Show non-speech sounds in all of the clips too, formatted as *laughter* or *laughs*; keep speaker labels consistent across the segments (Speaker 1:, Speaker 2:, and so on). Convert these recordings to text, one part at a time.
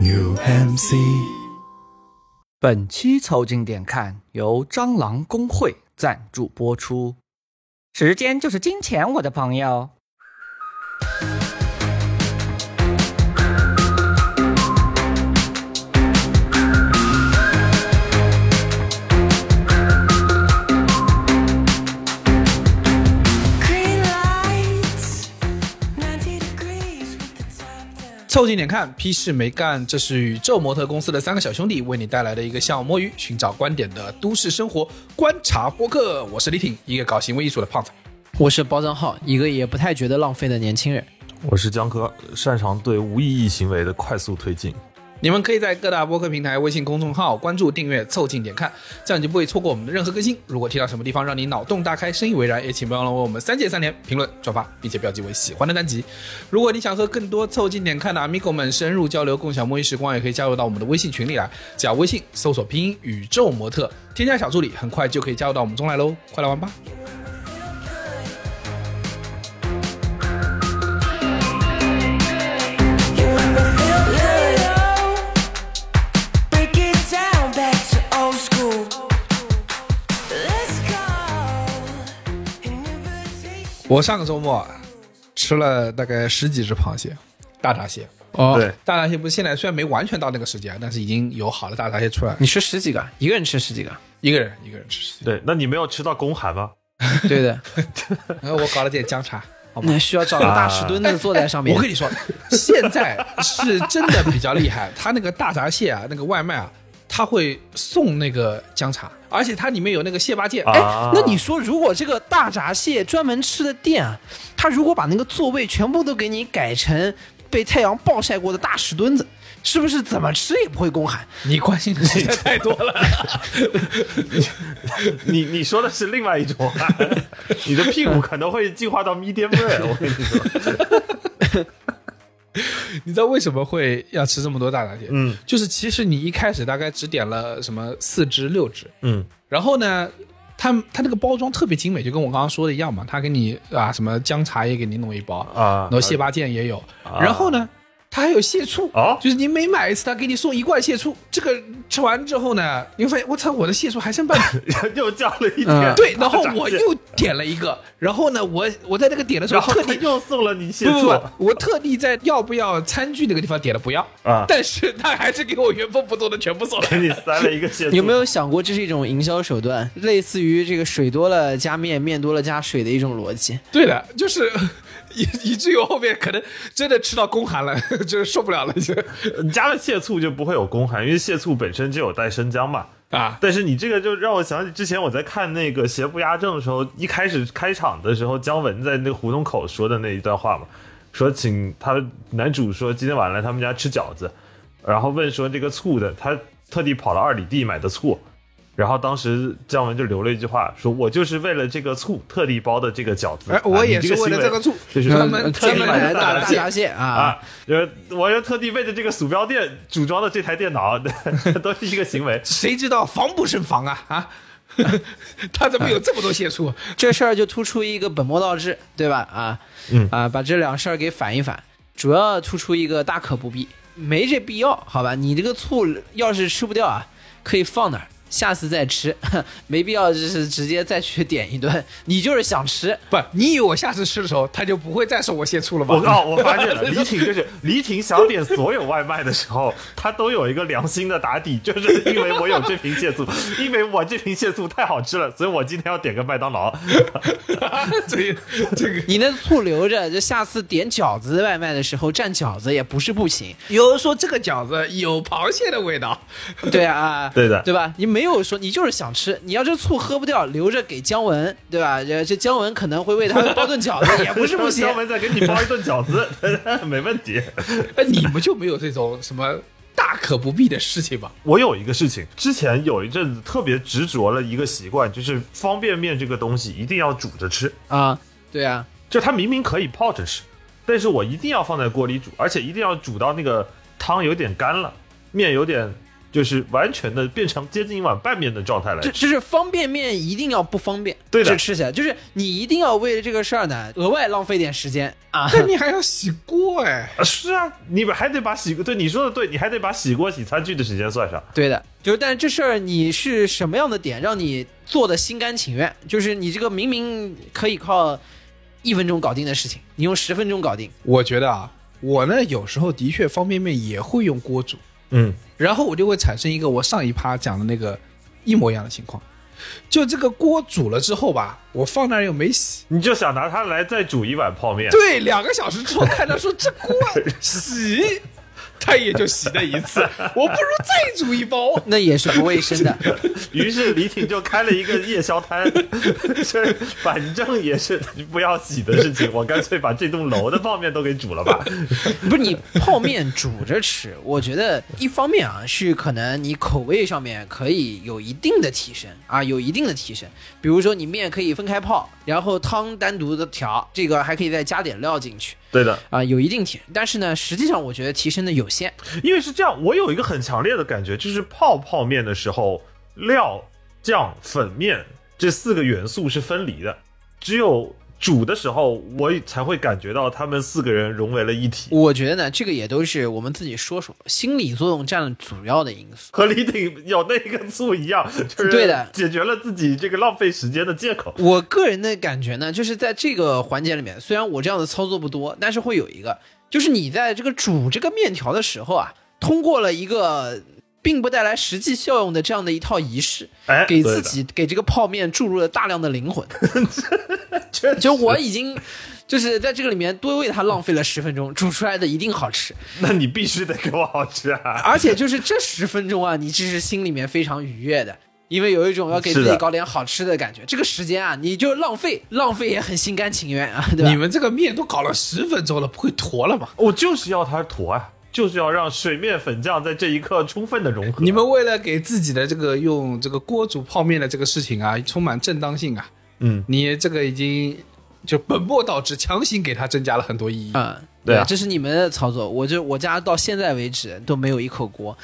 Speaker 1: New Hampshire。
Speaker 2: 本期《凑近点看》由蟑螂工会赞助播出。时间就是金钱，我的朋友。
Speaker 3: Green lights, 90 degrees with the top down.
Speaker 4: 凑近点看，屁事没干。这是宇宙模特公司的三个小兄弟为你带来的一个像摸鱼、寻找观点的都市生活观察播客。我是李挺，一个搞行为艺术的胖子。
Speaker 5: 我是包账号，一个也不太觉得浪费的年轻人。
Speaker 6: 我是江科，擅长对无意义行为的快速推进。
Speaker 4: 你们可以在各大播客平台、微信公众号关注、订阅、凑近点看，这样你就不会错过我们的任何更新。如果听到什么地方让你脑洞大开、深以为然，也请不要忘了为我们三键三连、评论、转发，并且标记为喜欢的单集。如果你想和更多凑近点看的 amigo 们深入交流、共享摸鱼时光，也可以加入到我们的微信群里来。只要微信搜索拼音宇宙模特，添加小助理，很快就可以加入到我们中来喽！快来玩吧！
Speaker 3: Break it down back to old school. Let's go. An invitation.
Speaker 4: 我上个周末啊吃了大概十几只螃蟹，大闸蟹。
Speaker 5: 哦，
Speaker 6: 对
Speaker 4: 大闸蟹不是现在虽然没完全到那个时间，但是已经有好的大闸蟹出来了。
Speaker 5: 你吃十几个，一个人吃十几个，
Speaker 4: 一个人一个人
Speaker 5: *laughs*
Speaker 4: 吃，
Speaker 6: 对，那你没有吃到公函吗？
Speaker 5: 对 *laughs* 的。
Speaker 4: 然后我搞了点姜茶。
Speaker 5: 那需要找个大石墩子坐在上面。
Speaker 4: 我跟你说，现在是真的比较厉
Speaker 5: *laughs*
Speaker 4: 害，它那个大闸蟹啊，那个外卖啊，它会送那个姜茶，而且它里面有那个蟹八戒。
Speaker 6: 啊
Speaker 5: 哎，那你说，如果这个大闸蟹专门吃的店啊，他如果把那个座位全部都给你改成被太阳暴晒过的大石墩子，是不是怎么吃也不会宫寒？
Speaker 4: 你关心的事
Speaker 6: *laughs*
Speaker 4: 情太多了，
Speaker 6: 你你说的是另外一种函，你的屁股可能会进化到 medium rare。我跟你说，
Speaker 4: 你知道为什么会要吃这么多大闸蟹？
Speaker 6: 嗯
Speaker 4: 就是其实你一开始大概只点了什么四只六只，
Speaker 6: 嗯，
Speaker 4: 然后呢，它它那个包装特别精美，就跟我刚刚说的一样嘛，它给你啊什么姜茶也给你弄一包
Speaker 6: 啊
Speaker 4: 然后蟹八件也有，然后呢，它还有蟹醋
Speaker 6: 哦
Speaker 4: 就是你每买一次，它给你送一罐蟹醋，这个吃完之后呢，你会发现我操，我的蟹醋还剩
Speaker 6: *laughs*
Speaker 4: 半瓶。
Speaker 6: 又降了一点。
Speaker 5: 嗯
Speaker 6: *laughs*
Speaker 4: 对，然后我又点了一个，然后呢，我我在那个点的时
Speaker 6: 然
Speaker 4: 候
Speaker 6: 后
Speaker 4: 特
Speaker 6: 他
Speaker 4: 地
Speaker 6: 又送了你蟹
Speaker 4: 不不
Speaker 6: 醋
Speaker 4: 不，我特地在要不要餐具那个地方点了不要
Speaker 6: 啊
Speaker 4: 但是他还是给我原封不动的全部送来
Speaker 6: 给。你塞了一个蟹醋。
Speaker 5: 有没有想过这是一种营销手段，类似于这个水多了加面，面多了加水的一种逻辑？
Speaker 4: *laughs* 对的，就是以以至于我后面可能真的吃到宫寒了， *laughs* 就是受不了了，就
Speaker 6: 有加了蟹醋就不会有公函，因为蟹醋本身就有带生姜嘛。
Speaker 4: 啊，
Speaker 6: 但是你这个就让我想起之前我在看那个《邪不压正》的时候，一开始开场的时候，姜文在那个胡同口说的那一段话嘛，说请他男主说今天晚上来他们家吃饺子，然后问说这个醋的，他特地跑到二里地买的醋，然后当时姜文就留了一句话，说我就是为了这个醋特地包的这个饺子，
Speaker 4: 哎我
Speaker 6: 啊你
Speaker 4: 也是
Speaker 6: 这
Speaker 4: 为了
Speaker 6: 行为
Speaker 4: 这个醋
Speaker 6: 就是
Speaker 4: 专门
Speaker 5: 嗯
Speaker 4: 特地
Speaker 5: 专门
Speaker 4: 买
Speaker 5: 买
Speaker 4: 的
Speaker 5: 的大
Speaker 4: 大闸
Speaker 5: 大
Speaker 4: 蟹
Speaker 5: 闸蟹啊，
Speaker 6: 啊，就是我又特地为了这个鼠标垫组装的这台电脑， *laughs* 都是一个行为。
Speaker 4: 谁知道防不胜防啊啊！ *laughs* 他怎么有这么多蟹醋？
Speaker 5: 这事儿就突出一个本末倒置，对吧？啊，
Speaker 6: 嗯
Speaker 5: 啊，把这两事儿给反一反，主要突出一个大可不必，没这必要，好吧？你这个醋要是吃不掉啊，可以放那儿。下次再吃， *laughs* 没必要就是直接再去点一顿。你就是想吃，
Speaker 4: 不，你以为我下次吃的时候他就不会再送我蟹醋了吗？
Speaker 6: 我哦，我发现
Speaker 5: *laughs*
Speaker 6: 了，李挺就是李挺想点所有外卖的时候，他都有一个良心的打底，就是因为我有这瓶蟹醋，因为我这瓶蟹醋太好吃了，所以我今天要点个麦当劳。
Speaker 4: *laughs* 这个这
Speaker 6: *laughs*
Speaker 4: 个
Speaker 5: 你那醋留着，就下次点饺子外卖的时候蘸饺子也不是不行。
Speaker 4: 有人说这个饺子有螃蟹的味道，
Speaker 5: 对啊，
Speaker 6: *laughs* 对的
Speaker 5: 对吧？你没有说，你就是想吃，你要这醋喝不掉，留着给姜文，对吧？这这姜文可能会为他包顿饺子，也不是不
Speaker 6: *laughs*
Speaker 5: 行
Speaker 6: 姜。文再给你包一顿饺子， *laughs* 没问题。
Speaker 4: 哎，你们就没有这种什么大可不必的事情吗？
Speaker 6: 我有一个事情，之前有一阵子特别执着了一个习惯，就是方便面这个东西一定要煮着吃，
Speaker 5: 啊，对啊，
Speaker 6: 就它明明可以泡着吃，但是我一定要放在锅里煮，而且一定要煮到那个汤有点干了，面有点就是完全的变成接近一碗拌面的状态来
Speaker 5: 就
Speaker 6: 吃。
Speaker 5: 就是方便面一定要不方便，
Speaker 6: 对的
Speaker 5: 这吃起来就是你一定要为了这个事儿呢，额外浪费点时间
Speaker 4: *laughs*
Speaker 5: 啊。
Speaker 4: 但你还要洗锅哎，
Speaker 6: 啊是啊，你们还得把洗锅，对你说的对，你还得把洗锅洗餐具的时间算上。
Speaker 5: 对的，就是但是这事儿你是什么样的点让你做的心甘情愿？就是你这个明明可以靠一分钟搞定的事情，你用十分钟搞定，
Speaker 4: 我觉得啊，我呢有时候的确方便面也会用锅煮，
Speaker 6: 嗯，
Speaker 4: 然后我就会产生一个我上一趴讲的那个一模一样的情况，就这个锅煮了之后吧，我放那儿又没 *laughs* 洗。
Speaker 6: 你就想拿它来再煮一碗泡面。
Speaker 4: 对，两个小时之后看他说这锅啊洗，他也就洗了一次，我不如再煮一 *laughs* 包。
Speaker 5: 那也是不卫生的。
Speaker 6: 于是李挺就开了一个夜宵摊， *laughs* 这反正也是不要洗的事情，我干脆把这栋楼的泡面都给煮了吧。
Speaker 5: *laughs* 不是你泡面煮着吃， *laughs* 我觉得一方面啊是可能你口味上面可以有一定的提升啊，有一定的提升。比如说你面可以分开泡，然后汤单独的调，这个还可以再加点料进去
Speaker 6: *laughs* 对的，
Speaker 5: 啊，有一定提升。但是呢，实际上我觉得提升的有限。
Speaker 6: 因为是这样，我有一个很强烈的感觉，就是泡泡面的时候，料、酱、粉、面这四个元素是分离的，只有煮的时候，我才会感觉到他们四个人融为了一体。
Speaker 5: 我觉得呢，这个也都是我们自己说说，心理作用占了主要的因素。
Speaker 6: 和李挺有那个醋一样，就是
Speaker 5: 对的
Speaker 6: 解决了自己这个浪费时间的借口。
Speaker 5: 我个人的感觉呢，就是在这个环节里面，虽然我这样的操作不多，但是会有一个，就是你在这个煮这个面条的时候啊，通过了一个并不带来实际效用的这样的一套仪式，
Speaker 6: 哎，
Speaker 5: 给
Speaker 6: 对
Speaker 5: 自
Speaker 6: 的
Speaker 5: 己给这个泡面注入了大量的灵魂。
Speaker 6: 确实
Speaker 5: 就我已经就是在这个里面多为它浪费了十分钟，煮出来的一定好
Speaker 6: *laughs*
Speaker 5: 吃。
Speaker 6: 那你必须得给我好吃啊！ *laughs*
Speaker 5: 而且就是这十分钟啊，你这是心里面非常愉悦的，因为有一种要给
Speaker 6: 是
Speaker 5: 自
Speaker 6: 的
Speaker 5: 己搞点好吃的感觉。这个时间啊，你就浪费，浪费也很心甘情愿啊，对吧？
Speaker 4: 你们这个面都搞了十分钟了，不会坨了吗？
Speaker 6: 我就是要它坨啊，就是要让水面粉酱在这一刻充分的融合。
Speaker 4: 你们为了给自己的这个用这个锅煮泡面的这个事情啊，充满正当性啊，
Speaker 6: 嗯，
Speaker 4: 你这个已经就本末倒置，强行给它增加了很多意义。
Speaker 5: 啊、
Speaker 6: 对啊
Speaker 5: 这是你们的操作。我就我家到现在为止都没有一口锅，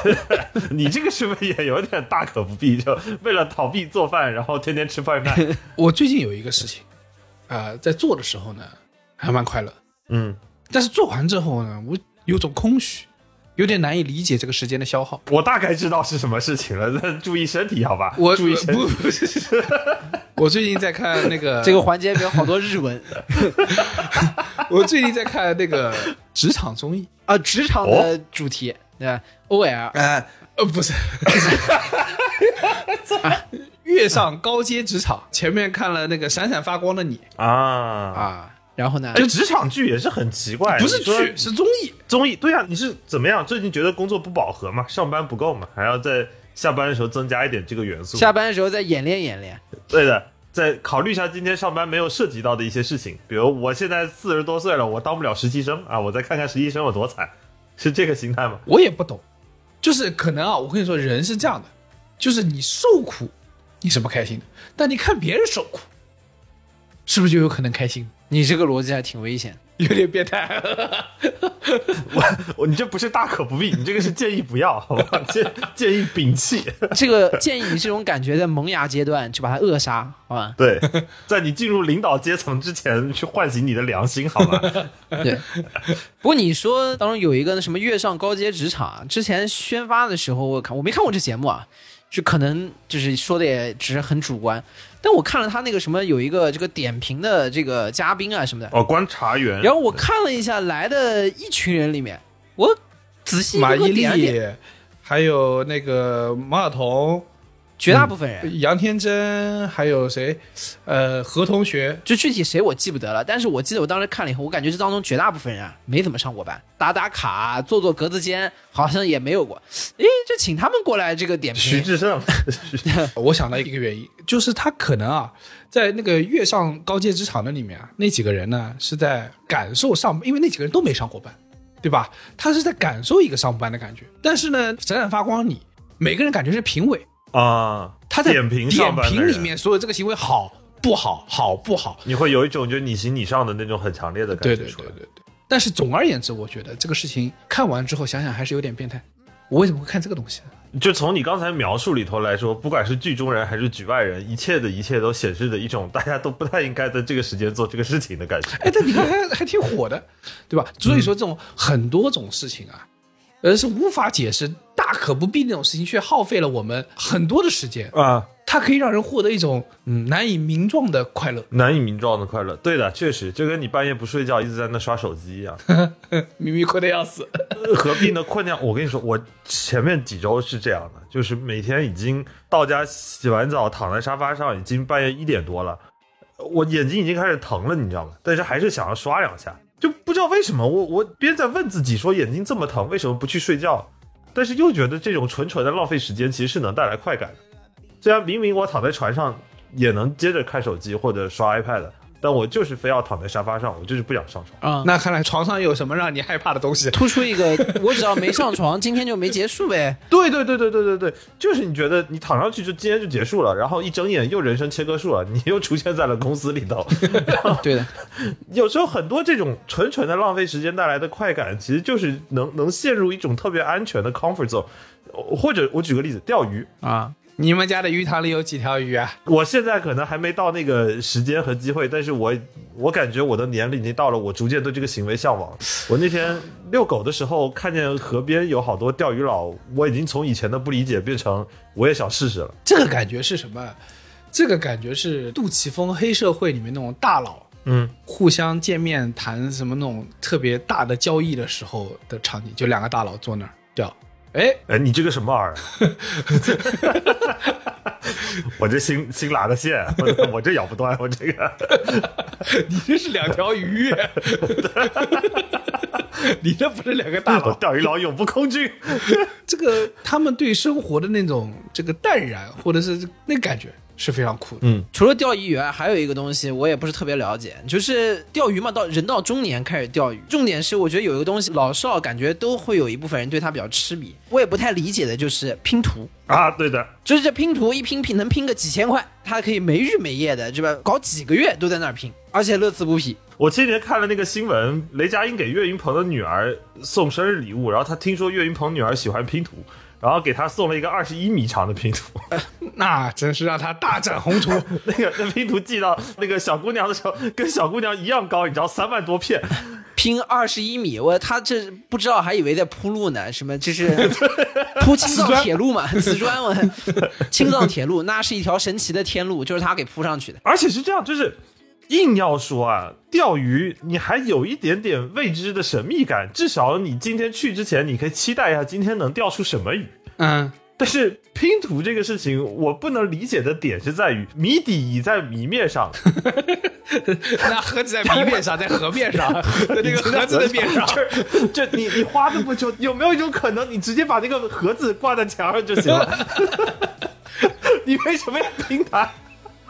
Speaker 6: *laughs* 你这个是不是也有点大可不必？就为了逃避做饭，然后天天吃外卖。
Speaker 4: 我最近有一个事情，啊，在做的时候呢，还蛮快乐，
Speaker 6: 嗯，
Speaker 4: 但是做完之后呢，我有种空虚，有点难以理解这个时间的消耗。
Speaker 6: 我大概知道是什么事情了， *laughs* 但注意身体，好吧？
Speaker 4: 我
Speaker 6: 注意身
Speaker 4: 不
Speaker 6: 体。
Speaker 4: 不是， *laughs* 我最近在看那个
Speaker 6: 呃
Speaker 5: 这个，环节里面好多日
Speaker 6: *laughs*
Speaker 5: 文
Speaker 4: 我最近在看那个职场综艺。
Speaker 5: 啊，职场的主题，对吧？OL
Speaker 6: 哦
Speaker 5: 哦
Speaker 4: 哎，呃，
Speaker 6: *laughs*
Speaker 4: 不是，
Speaker 6: 啊
Speaker 4: 跃上高阶职场，前面看了那个闪闪发光的你
Speaker 6: 啊。
Speaker 4: 啊，
Speaker 5: 然后呢？
Speaker 6: 就职场剧也是很奇怪，
Speaker 4: 不是
Speaker 6: 哎你说
Speaker 4: 剧是综艺，
Speaker 6: 综艺，对啊，你是怎么样？最近觉得工作不饱和嘛，上班不够嘛，还要在下班的时候增加一点这个元素。
Speaker 5: 下班的时候再演练演练，
Speaker 6: 对的，再考虑一下今天上班没有涉及到的一些事情，比如我现在四十多岁了，我当不了实习生啊，我再看看实习生有多惨，是这个心态吗？
Speaker 4: 我也不懂，就是可能啊，我跟你说，人是这样的，就是你受苦，你是不开心的，但你看别人受苦，是不是就有可能开心？
Speaker 5: 你这个逻辑还挺危险。
Speaker 4: 有点变
Speaker 5: *laughs*
Speaker 4: 态，
Speaker 6: *laughs* 我哦我你这不是大可不必，你这个是建议不要，好吧？ *laughs* 建建议摒弃。
Speaker 5: 这个建议你这种感觉在萌芽阶段就把它扼杀，好吧？
Speaker 6: 对，在你进入领导阶层之前，去唤醒你的良心，好吗？
Speaker 5: 对，不过你说当中有一个什么跃上高阶职场，之前宣发的时候我看我没看过这节目啊，就可能就是说的也只是很主观，但我看了他那个什么有一个这个点评的这个嘉宾啊什么的，
Speaker 6: *laughs* 哦，观察员，
Speaker 5: 然后我看了一下来啊的一群人里面，我仔细一
Speaker 4: 马
Speaker 5: 个个
Speaker 4: 伊
Speaker 5: 点了点，
Speaker 4: 琍，还有那个马晓彤、
Speaker 5: 绝大部分人。
Speaker 4: 杨天真，还有谁？呃，何同学，
Speaker 5: 就具体谁我记不得了，但是我记得我当时看了以后，我感觉这当中绝大部分人啊没怎么上过班，打打卡、做做格子间，好像也没有过。诶，这请他们过来这个点
Speaker 6: 徐
Speaker 5: 评，
Speaker 6: 志胜， *laughs*
Speaker 4: 我想到一个原因，就是他可能啊，在那个跃上高阶职场的里面啊，那几个人呢是在感受上，因为那几个人都没上过班，对吧？他是在感受一个上班的感觉。但是呢，闪闪发光你，每个人感觉是评委，
Speaker 6: 啊，
Speaker 4: *laughs* 他在
Speaker 6: 点评上班的
Speaker 4: 点评
Speaker 6: 人
Speaker 4: 里面所有这个行为好不好，好不好，
Speaker 6: 你会有一种就是你行你上的那种很强烈的感
Speaker 4: 对
Speaker 6: 觉
Speaker 4: 对
Speaker 6: 出
Speaker 4: 对
Speaker 6: 来。
Speaker 4: 对对。但是总而言之，我觉得这个事情看完之后想想还是有点变态。我为什么会看这个东西？啊
Speaker 6: 就从你刚才描述里头来说，不管是剧中人还是局外人，一切的一切都显示着一种大家都不太应该在这个时间做这个事情的感觉。
Speaker 4: *laughs* 哎，但你看还还挺火的，对吧？所以说这种很多种事情啊，呃，是无法解释，大可不必那种事情，却耗费了我们很多的时间。
Speaker 6: 啊，
Speaker 4: 它可以让人获得一种嗯难以名状的快乐，
Speaker 6: 难以名状的快乐。对的，确实就跟你半夜不睡觉一直在那刷手机一样，
Speaker 4: 明明困得要死。
Speaker 6: *laughs* 何必呢？困掉，我跟你说，我前面几周是这样的，就是每天已经到家洗完澡，躺在沙发上，已经半夜一点多了，我眼睛已经开始疼了，你知道吗？但是还是想要刷两下，就不知道为什么，我我边在问自己说眼睛这么疼，为什么不去睡觉？但是又觉得这种纯纯的浪费时间其实是能带来快感的，虽然明明我躺在船上也能接着看手机或者刷 iPad，但我就是非要躺在沙发上，我就是不想上床。
Speaker 5: 啊、
Speaker 4: 那看来床上有什么让你害怕的东西？
Speaker 5: 突出一个， *laughs* 我只要没上床，今天就没结束呗。
Speaker 6: 对对对对对对对，就是你觉得你躺上去就今天就结束了，然后一睁眼又人生切割术了，你又出现在了公司里头。 *laughs*
Speaker 5: 对的，
Speaker 6: 有时候很多这种纯纯的浪费时间带来的快感，其实就是能能陷入一种特别安全的 comfort zone。或者我举个例子，钓鱼，
Speaker 5: 啊，
Speaker 4: 你们家的鱼塘里有几条鱼啊？
Speaker 6: 我现在可能还没到那个时间和机会，但是我我感觉我的年龄已经到了，我逐渐对这个行为向往。我那天遛狗的时候，看见河边有好多钓鱼佬，我已经从以前的不理解变成我也想试试了。
Speaker 4: 这个感觉是什么？这个感觉是杜琪峰黑社会里面那种大佬
Speaker 6: 嗯，
Speaker 4: 互相见面谈什么那种特别大的交易的时候的场景，就两个大佬坐那儿叫，哎， *laughs*
Speaker 6: 哎，你这个什么玩意儿？我这新新拉的线，我我这咬不断，我这个
Speaker 4: 你这是两条鱼， *laughs* 你这不是两个大
Speaker 6: 我
Speaker 4: 佬。
Speaker 6: 钓鱼佬永不空军。
Speaker 4: 这个他们对生活的那种这个淡然，或者是那感觉是非常酷的。
Speaker 6: 嗯，
Speaker 5: 除了钓鱼以外，还有一个东西我也不是特别了解，就是钓鱼嘛，到人到中年开始钓鱼。重点是，我觉得有一个东西，老少感觉都会有一部分人对它比较痴迷。我也不太理解的就是拼图，
Speaker 6: 啊，对的，
Speaker 5: 就是这拼图一拼拼能拼个几千块，他可以没日没夜的，对吧？搞几个月都在那儿拼，而且乐此不疲。
Speaker 6: 我今年看了那个新闻，雷佳音给岳云鹏的女儿送生日礼物，然后他听说岳云鹏女儿喜欢拼图，然后给他送了一个二十一米长的拼图。 *laughs*
Speaker 4: 那真是让他大展宏图。
Speaker 6: 那个那拼图寄到那个小姑娘的时候，跟小姑娘一样高，你知道三万多片。
Speaker 5: 拼二十一米，我他这不知道还以为在铺路呢，什么这
Speaker 6: *laughs*
Speaker 5: 是铺青藏铁路嘛？瓷砖我青藏铁路那是一条神奇的天路，就是他给铺上去的。
Speaker 6: 而且是这样，就是硬要说啊，钓鱼你还有一点点未知的神秘感，至少你今天去之前，你可以期待一下今天能钓出什么鱼。
Speaker 4: 嗯，
Speaker 6: 但是拼图这个事情，我不能理解的点是在于谜底已在谜面上，
Speaker 4: *laughs* 那盒子在皮面上，在河面 *laughs* 上， *laughs* 在那个盒子的面上。
Speaker 6: *laughs* 就是就你你花那么久，有没有一种可能，你直接把那个盒子挂在墙上就行了？ *laughs* 你为什么要拼它？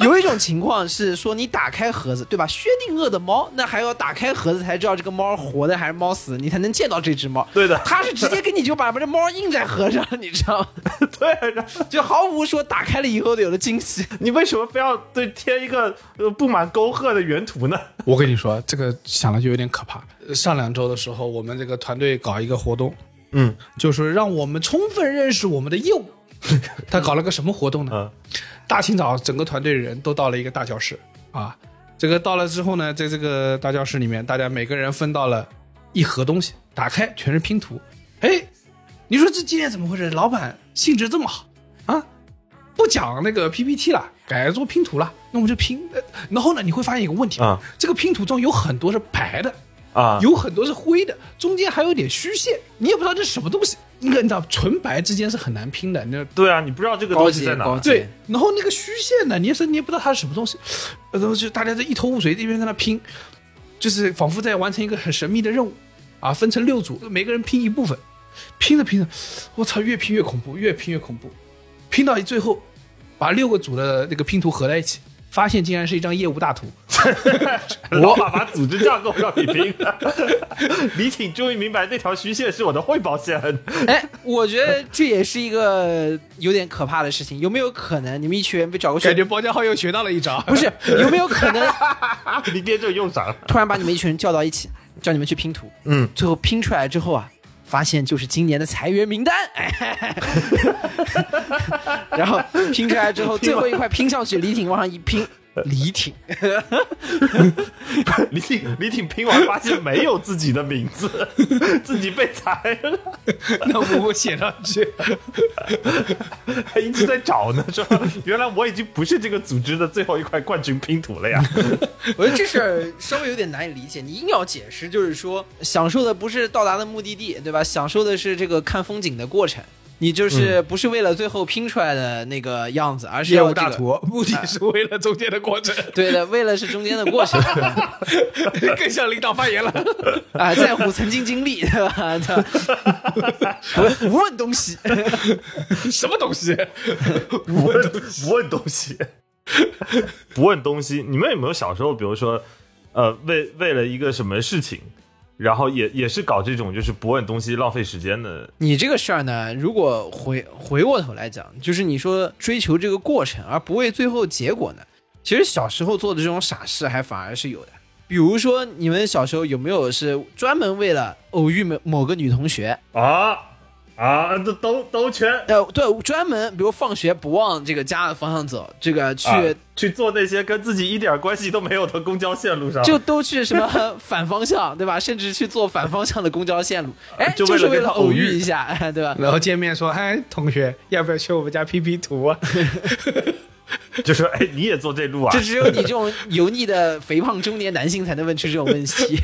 Speaker 5: 有一种情况是说你打开盒子，对吧？薛定谔的猫，那还要打开盒子才知道这个猫活的还是猫死，你才能见到这只猫。
Speaker 6: 对的
Speaker 5: 他是直接给你就把这猫印在盒上，你知道吗？
Speaker 6: *laughs* 对，然后
Speaker 5: 就毫无说打开了以后的有的惊喜。
Speaker 6: 你为什么非要对贴一个呃布满沟壑的原图呢？ *laughs*
Speaker 4: 我跟你说，这个想了就有点可怕。呃上两周的时候，我们这个团队搞一个活动，
Speaker 6: 嗯
Speaker 4: 就是让我们充分认识我们的业 *laughs* 务。他搞了个什么活动呢？
Speaker 6: 嗯。
Speaker 4: 大清早整个团队人都到了一个大教室啊。这个到了之后呢，在这个大教室里面，大家每个人分到了一盒东西，打开全是拼图。哎，你说这今天怎么回事？老板兴致这么好啊，不讲那个 PPT 了，改做拼图了，那我们就拼。呃然后呢，你会发现一个问题
Speaker 6: 啊，
Speaker 4: 这个拼图中有很多是白的，
Speaker 6: 啊，
Speaker 4: 有很多是灰的，中间还有点虚线，你也不知道这是什么东西。那个你知道，纯白之间是很难拼的，那
Speaker 6: 对啊，你不知道这个东西在哪
Speaker 5: 高
Speaker 6: 儿 *laughs*
Speaker 5: 级。
Speaker 4: 对，然后那个虚线呢，你也是你也不知道它是什么东西，呃然后就大家就一头雾水，一边在那拼，就是仿佛在完成一个很神秘的任务啊。分成六组，每个人拼一部分，拼着拼着，我操，越拼越恐怖，越拼越恐怖，拼到最后，把六个组的那个拼图合在一起，发现竟然是一张业务大图。
Speaker 6: 我爸把组织架构让你
Speaker 5: *laughs*
Speaker 6: 拼。李挺终于明白那条虚线是我的汇报线。 *laughs*
Speaker 5: *laughs* 哎，我觉得这也是一个有点可怕的事情。有没有可能你们一群人被找过去？
Speaker 4: 感觉包家浩又学到了一招，
Speaker 5: 不是，有没有可能
Speaker 6: 你爹这用啥？
Speaker 5: *laughs* 突然把你们一群人叫到一起，叫你们去拼图？
Speaker 6: 嗯，
Speaker 5: 最后拼出来之后啊，发现就是今年的裁员名单， *laughs* 哎、然后拼出来之后，最后一块拼上去，李挺往上一拼，李挺，
Speaker 6: 李挺李挺拼完发现没有自己的名字， *laughs* 自己被裁了，
Speaker 4: 那我我写上去，
Speaker 6: 还一直在找呢，说原来我已经不是这个组织的最后一块冠军拼图了呀。
Speaker 5: *laughs* 我觉得这事儿稍微有点难以理解，你硬要解释，就是说享受的不是到达的目的地，对吧？享受的是这个看风景的过程。你就是
Speaker 4: 嗯
Speaker 5: 不是为了最后拼出来的那个样子，而是
Speaker 4: 业
Speaker 5: 要
Speaker 4: 务
Speaker 5: 这
Speaker 4: 大
Speaker 5: 个
Speaker 4: 图， *laughs* 目的是为了中间的过程，
Speaker 5: 对的，为了是中间的
Speaker 4: *laughs*
Speaker 5: 过程
Speaker 4: *laughs* 更向领导发言了。
Speaker 5: 啊，在乎曾经经历，对
Speaker 4: *laughs*
Speaker 5: 吧？ *laughs* 对不不问东西，
Speaker 4: 什么东西？
Speaker 6: 不问不问东西， *laughs* 不问东西。你们有没有小时候，比如说，呃，为为了一个什么事情，然后也也是搞这种就是不问东西、浪费时间的？
Speaker 5: 你这个事儿呢，如果回回过头来讲，就是你说追求这个过程而不为最后结果呢，其实小时候做的这种傻事还反而是有的。比如说，你们小时候有没有是专门为了偶遇某某个女同学，
Speaker 6: 啊啊，都兜兜圈
Speaker 5: 呃，对，专门比如放学不往这个家的方向走，这个去、
Speaker 6: 啊去做那些跟自己一点关系都没有的公交线路上，
Speaker 5: 就都去什么 *laughs* 反方向，对吧？甚至去坐反方向的公交线路，哎，
Speaker 6: 啊就为
Speaker 5: 是
Speaker 6: 了
Speaker 5: 为
Speaker 6: 跟
Speaker 5: 了
Speaker 6: 他
Speaker 5: 偶
Speaker 6: 偶
Speaker 5: 遇
Speaker 6: 遇
Speaker 5: 一下，哎对吧？
Speaker 4: 然后见面说：“嗨，同学，要不要去我们家 P P 图啊
Speaker 6: 就说哎，你也做这路啊
Speaker 5: 这？只有你这种油腻的肥胖中年男性才能问出这种问 *laughs* 题。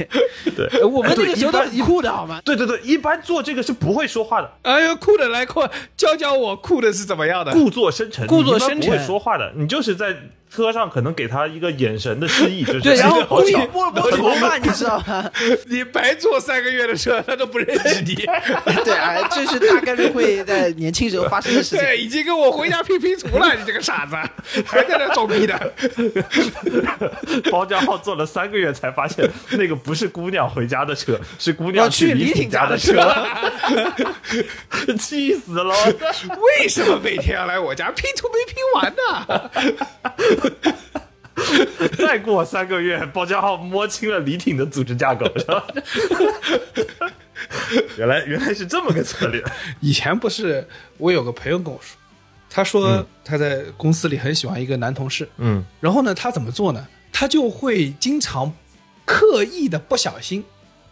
Speaker 6: 对
Speaker 5: 呃我们那个
Speaker 6: 对
Speaker 5: 时候
Speaker 6: 一般
Speaker 5: 都很酷的好吗？
Speaker 6: 对对对，一般做这个是不会说话
Speaker 5: 啊
Speaker 6: 的，？”
Speaker 4: *laughs* 哎呦，酷的来酷，教教我酷的是怎么样的？
Speaker 6: 故作深沉，
Speaker 5: 故作
Speaker 6: 你一般
Speaker 5: 深
Speaker 6: 不会
Speaker 5: 沉
Speaker 6: 说话的，你就是在车上可能给他一个眼神的示意，就是
Speaker 5: 对，然后
Speaker 6: 哎好
Speaker 5: 故意
Speaker 6: 巧
Speaker 5: 拨了拨头发，你知道吗？
Speaker 4: 你白坐三个月的车，他都不认识你。
Speaker 5: *laughs* 对，哎，这是大概率会在年轻时候发生的事情。
Speaker 4: 对， *laughs* 已经跟我回家 P P 图了，你这个傻子，还在那装逼的。
Speaker 6: *laughs* 包家浩坐了三个月才发现，那个不是姑娘回家的
Speaker 5: *laughs*
Speaker 6: 车，是姑
Speaker 5: 要
Speaker 6: 娘
Speaker 5: 去李
Speaker 6: 李
Speaker 5: 挺
Speaker 6: 挺
Speaker 5: 家
Speaker 6: 的，
Speaker 5: 的车，
Speaker 6: *laughs* 气死了！
Speaker 4: 为什么每天要来我家 P 图没拼完呢？
Speaker 6: 再过三个月，包家浩摸清了李挺的组织
Speaker 5: *laughs*
Speaker 6: 架构，是吧原来原来是这么个策略，
Speaker 4: *laughs* 以前不是我有个朋友跟我说，他说他在公司里很喜欢一个男同事，
Speaker 6: 嗯，
Speaker 4: 然后呢，他怎么做呢？他就会经常刻意的不小心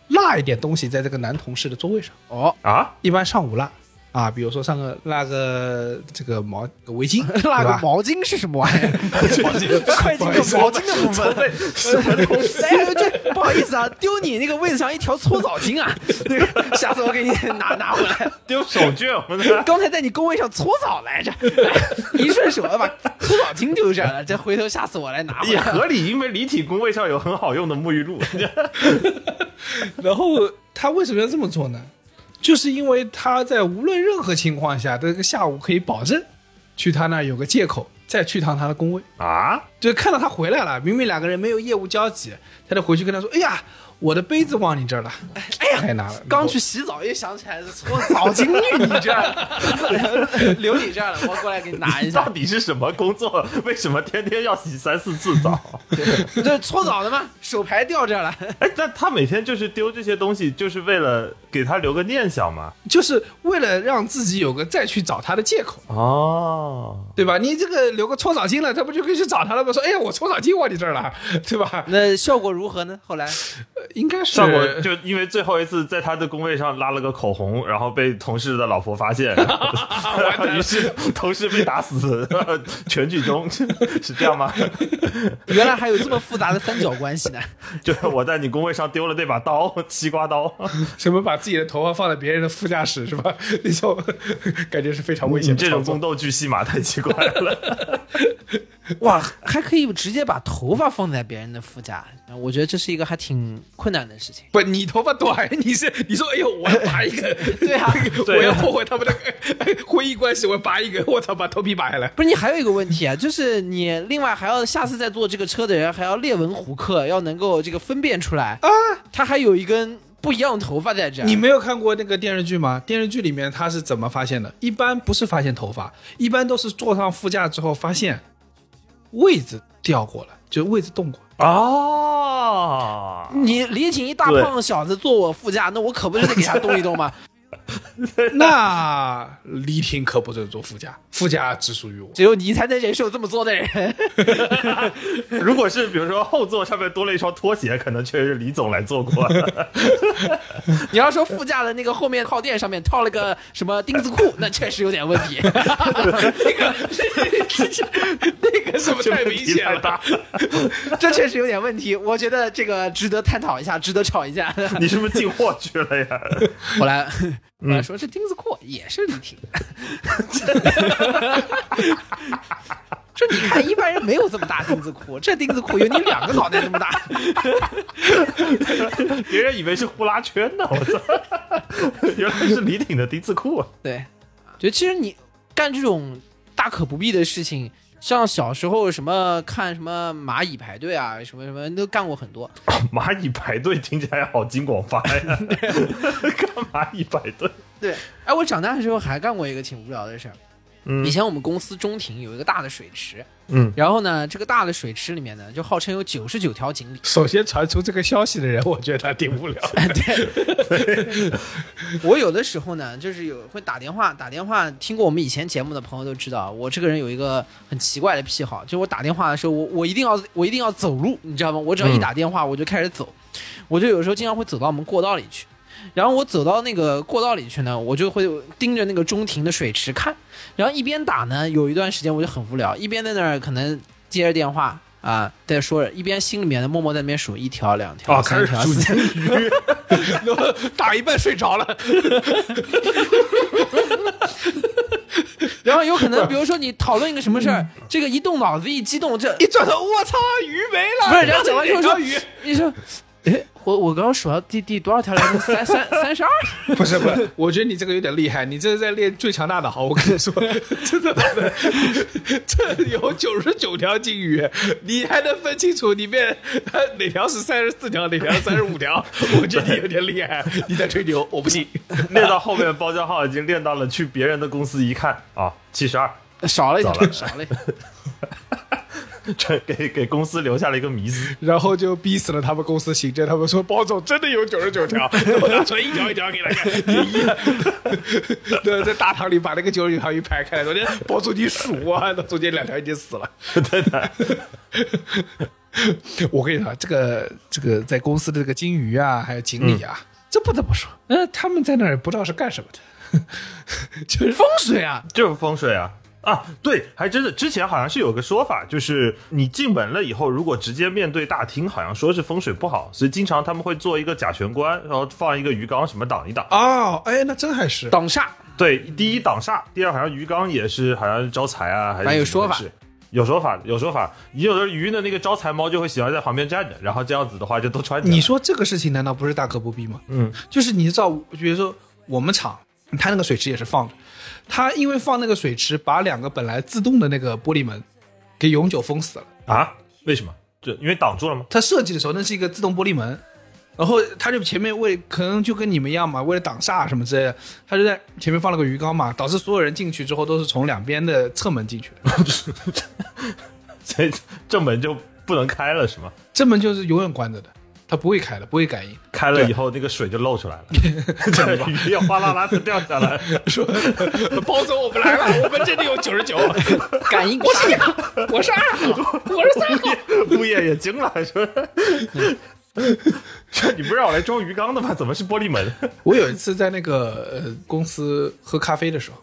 Speaker 4: 落一点东西在这个男同事的座位上，
Speaker 5: 哦，
Speaker 6: 啊，
Speaker 4: 一般上午落啊，比如说上个落个这个毛围巾， *laughs*
Speaker 5: 那
Speaker 4: 对
Speaker 5: 个
Speaker 4: 吧
Speaker 5: 毛巾是什么玩意 *laughs* 儿？快进入毛巾的部分。 *laughs* 哎，这不好意思啊，丢你那个位子上一条搓澡巾啊，那个下次我给你拿拿回来。
Speaker 6: 丢手绢，我
Speaker 5: *laughs*
Speaker 6: 们的
Speaker 5: 刚才在你工位上搓澡来着， *laughs* 一顺手把搓澡巾丢这儿 *laughs* 了，这回头下次我来拿回
Speaker 6: 也
Speaker 5: 来。
Speaker 6: 合理，因为李挺工位上有很好用的沐
Speaker 5: *laughs*
Speaker 6: 浴露，
Speaker 4: 然后他为什么要这么做呢？就是因为他在无论任何情况下，这个下午可以保证去他那儿有个借口，再去趟他的工位。
Speaker 6: *laughs* 啊，
Speaker 4: 就是看到他回来了，明明两个人没有业务交集，他就回去跟他说：“哎呀，我的杯子忘你这儿了。”哎呀，太拿了，
Speaker 5: 刚去洗澡又想起来是搓澡巾浴你这 *laughs* 儿，留你这儿了，我过来给你拿一
Speaker 6: 到
Speaker 5: 下。
Speaker 6: 底是什么工作？为什么天天要洗三四次澡？
Speaker 5: 这搓澡的吗？手牌掉这儿了。
Speaker 6: 哎，但他每天就是丢这些东西，就是为了给他留个念想嘛。
Speaker 4: 就是为了让自己有个再去找他的借口，
Speaker 6: 哦，
Speaker 4: 对吧？你这个留个搓澡巾了，他不就可以去找他了吗？说：“哎呀，我搓澡巾忘你这儿了，对吧
Speaker 5: 那效果如何呢？后来？”
Speaker 4: 应该是
Speaker 6: 上过就因为最后一次在他的工位上拉了个口红，然后被同事的老婆
Speaker 5: *laughs*
Speaker 6: 发现， *laughs* 于是同事被打死，全剧终，是这样吗？ *laughs*
Speaker 5: 原来还有这么复杂的三角关系呢。
Speaker 6: 就是我在你工位上丢了那把刀，西瓜刀，
Speaker 4: 什么把自己的头发放在别人的副驾驶是吧？那种 *laughs* 感觉是非常危
Speaker 6: 你
Speaker 5: 嗯
Speaker 4: 险的
Speaker 6: 这
Speaker 4: 操
Speaker 6: 种
Speaker 4: 作。
Speaker 6: 宫斗剧戏码太奇怪
Speaker 4: *laughs*
Speaker 6: 了。
Speaker 5: 哇，还可以直接把头发放在别人的副驾，我觉得这是一个还挺困难的事情。
Speaker 4: 不，你头发短，你是你说，哎呦，我要拔一根，
Speaker 5: *laughs* 对啊
Speaker 4: 我要破坏他们的哎婚姻关系，我拔一根，我操，把头皮拔下来。
Speaker 5: 不是你还有一个问题啊，就是你另外还要下次再坐这个车的人还要列文虎克，要能够这个分辨出来啊，他还有一根不一样的头发在这儿。
Speaker 4: 你没有看过那个电视剧吗？电视剧里面他是怎么发现的？一般不是发现头发，一般都是坐上副驾之后发现位子掉过了，就位子动过。
Speaker 6: 哦，
Speaker 5: 你李挺一大
Speaker 6: 对
Speaker 5: 胖小子坐我副驾，那我可不是得给他动一动吗？
Speaker 4: 那李挺可不准做副驾，副驾只属于我。
Speaker 5: 只有你才能忍受这么做的人。 *laughs*
Speaker 6: 如果是比如说后座上面多了一双拖鞋，可能确实是李总来做过。
Speaker 5: 你要说副驾的那个后面靠垫上面套了个什么钉子裤，那确实有点问题。那个 *laughs* 那个什么
Speaker 6: *laughs*
Speaker 5: 太明显
Speaker 6: 太
Speaker 5: 了
Speaker 6: 大，
Speaker 5: 这确实有点问题。我觉得这个值得探讨一下，值得吵一架。
Speaker 6: *laughs* 你是不是进货去了呀？
Speaker 5: 后来
Speaker 6: 嗯
Speaker 5: 我来说这钉子裤也是李挺， *laughs* 这你看一般人没有这么大钉子裤，这钉子裤有你两个脑袋这么大。
Speaker 6: *laughs* 别人以为是呼啦圈呢，我操！ *laughs* 原来是李挺的丁字裤。
Speaker 5: 对，就其实你干这种大可不必的事情，像小时候什么看什么蚂蚁排队啊，什么什么都干过很多。
Speaker 6: 蚂蚁排队听起来好金广发呀！ *laughs* 干蚂蚁排队？
Speaker 5: 对，哎，我长大的时候还干过一个挺无聊的事儿。
Speaker 6: 嗯
Speaker 5: 以前我们公司中庭有一个大的水池，
Speaker 6: 嗯，
Speaker 5: 然后呢，这个大的水池里面呢，就号称有九十九条锦鲤。
Speaker 4: 首先传出这个消息的人，我觉得他挺无聊。
Speaker 5: 我有的时候呢，就是有会打电话，打电话。听过我们以前节目的朋友都知道，我这个人有一个很奇怪的癖好，就是我打电话的时候，我我一定要我一定要走路，你知道吗？我只要一打电话，我就开始走，我就有时候经常会走到我们过道里去。然后我走到那个过道里去呢，我就会盯着那个中庭的水池看，然后一边打呢，有一段时间我就很无聊，一边在那儿可能接着电话啊，在说着，一边心里面呢默默在那边数一条、两条、
Speaker 6: 哦，
Speaker 5: 三
Speaker 6: 开始
Speaker 5: 条、
Speaker 6: 数
Speaker 5: 四条
Speaker 6: 金
Speaker 4: *laughs*
Speaker 6: 鱼，
Speaker 4: 打一半睡着了，
Speaker 5: 然后有可 *laughs* 能，比如说你讨论一个什么事儿，这个一动脑嗯子一激动，这
Speaker 4: 一转头，我操，鱼没了。
Speaker 5: 不是，然后讲完之后
Speaker 4: 哪
Speaker 5: 说
Speaker 4: 条鱼，
Speaker 5: 你说，哎，我我刚刚数到第第多少条来着？三 *laughs* 三三十二。
Speaker 4: *laughs* 不是不是，我觉得你这个有点厉害，你这是在练最强大的好。我跟你 *laughs* 说，真的，这有九十九条金鱼，你还能分清楚里面呃哪条是三十四条，哪条三十五条？我觉得你有点厉害，你在吹牛，我不信。
Speaker 6: 练到后面包浆号已经练到了去别人的公司一看啊，七十二，
Speaker 5: 少了一条
Speaker 6: 早，了
Speaker 5: 少了一条。
Speaker 6: 这给给公司留下了一个迷思。
Speaker 4: 然后就逼死了他们公司行政，他们说包总真的有九十九 *laughs* 条，我拿出来一条一条给他看，你一， *laughs* 对，在大堂里把那个九十九条鱼排开来，昨天包总你数啊，那中间两条已经死了，
Speaker 6: 真的，
Speaker 4: 我跟你说，这个这个在公司的这个金鱼啊，还有锦鲤啊，这不得不说，那、他们在那儿不知道是干什么的， *laughs* 就是风水啊，
Speaker 6: 就是风水啊。啊，对，还真的，之前好像是有个说法，就是你进门了以后，如果直接面对大厅，好像说是风水不好，所以经常他们会做一个假玄关，然后放一个鱼缸什么挡一挡。
Speaker 4: 哦，哎，那真还是
Speaker 5: 挡煞，
Speaker 6: 对，第一挡煞，第二好像鱼缸也是好像招财啊，
Speaker 5: 反
Speaker 6: 还
Speaker 5: 正
Speaker 6: 是
Speaker 5: 有
Speaker 6: 什么
Speaker 5: 说法
Speaker 6: 事，有说法，有说法。你有的鱼的那个招财猫就会喜欢在旁边站着，然后这样子的话就都穿起来了。
Speaker 4: 你说这个事情难道不是大可不必吗？
Speaker 6: 嗯，
Speaker 4: 就是你知道，比如说我们厂，它那个水池也是放着，它因为放那个水池，把两个本来自动的那个玻璃门给永久封死了。
Speaker 6: 啊？为什么？这因为挡住了吗？
Speaker 4: 它设计的时候那是一个自动玻璃门，然后它就前面为可能就跟你们一样嘛，为了挡煞什么之类的，它就在前面放了个鱼缸嘛，导致所有人进去之后都是从两边的侧门进去的，
Speaker 6: 所以这门就不能开了，是吗？
Speaker 4: 正门就是永远关着的，它不会开的，不会感应。
Speaker 6: 开了以后，那个水就漏出来
Speaker 5: *laughs*
Speaker 6: 了，这鱼要哗啦啦的掉下来。
Speaker 4: 说包总，我们来了，我们这里有九十 *laughs* 九，
Speaker 5: 感应煞。
Speaker 4: 我是二号，我是三号。
Speaker 6: 物业也惊了，说：“说 *laughs* 你不是让我来装鱼缸的吗？怎么是玻璃门
Speaker 4: 我有一次在那个呃公司喝咖啡的时候，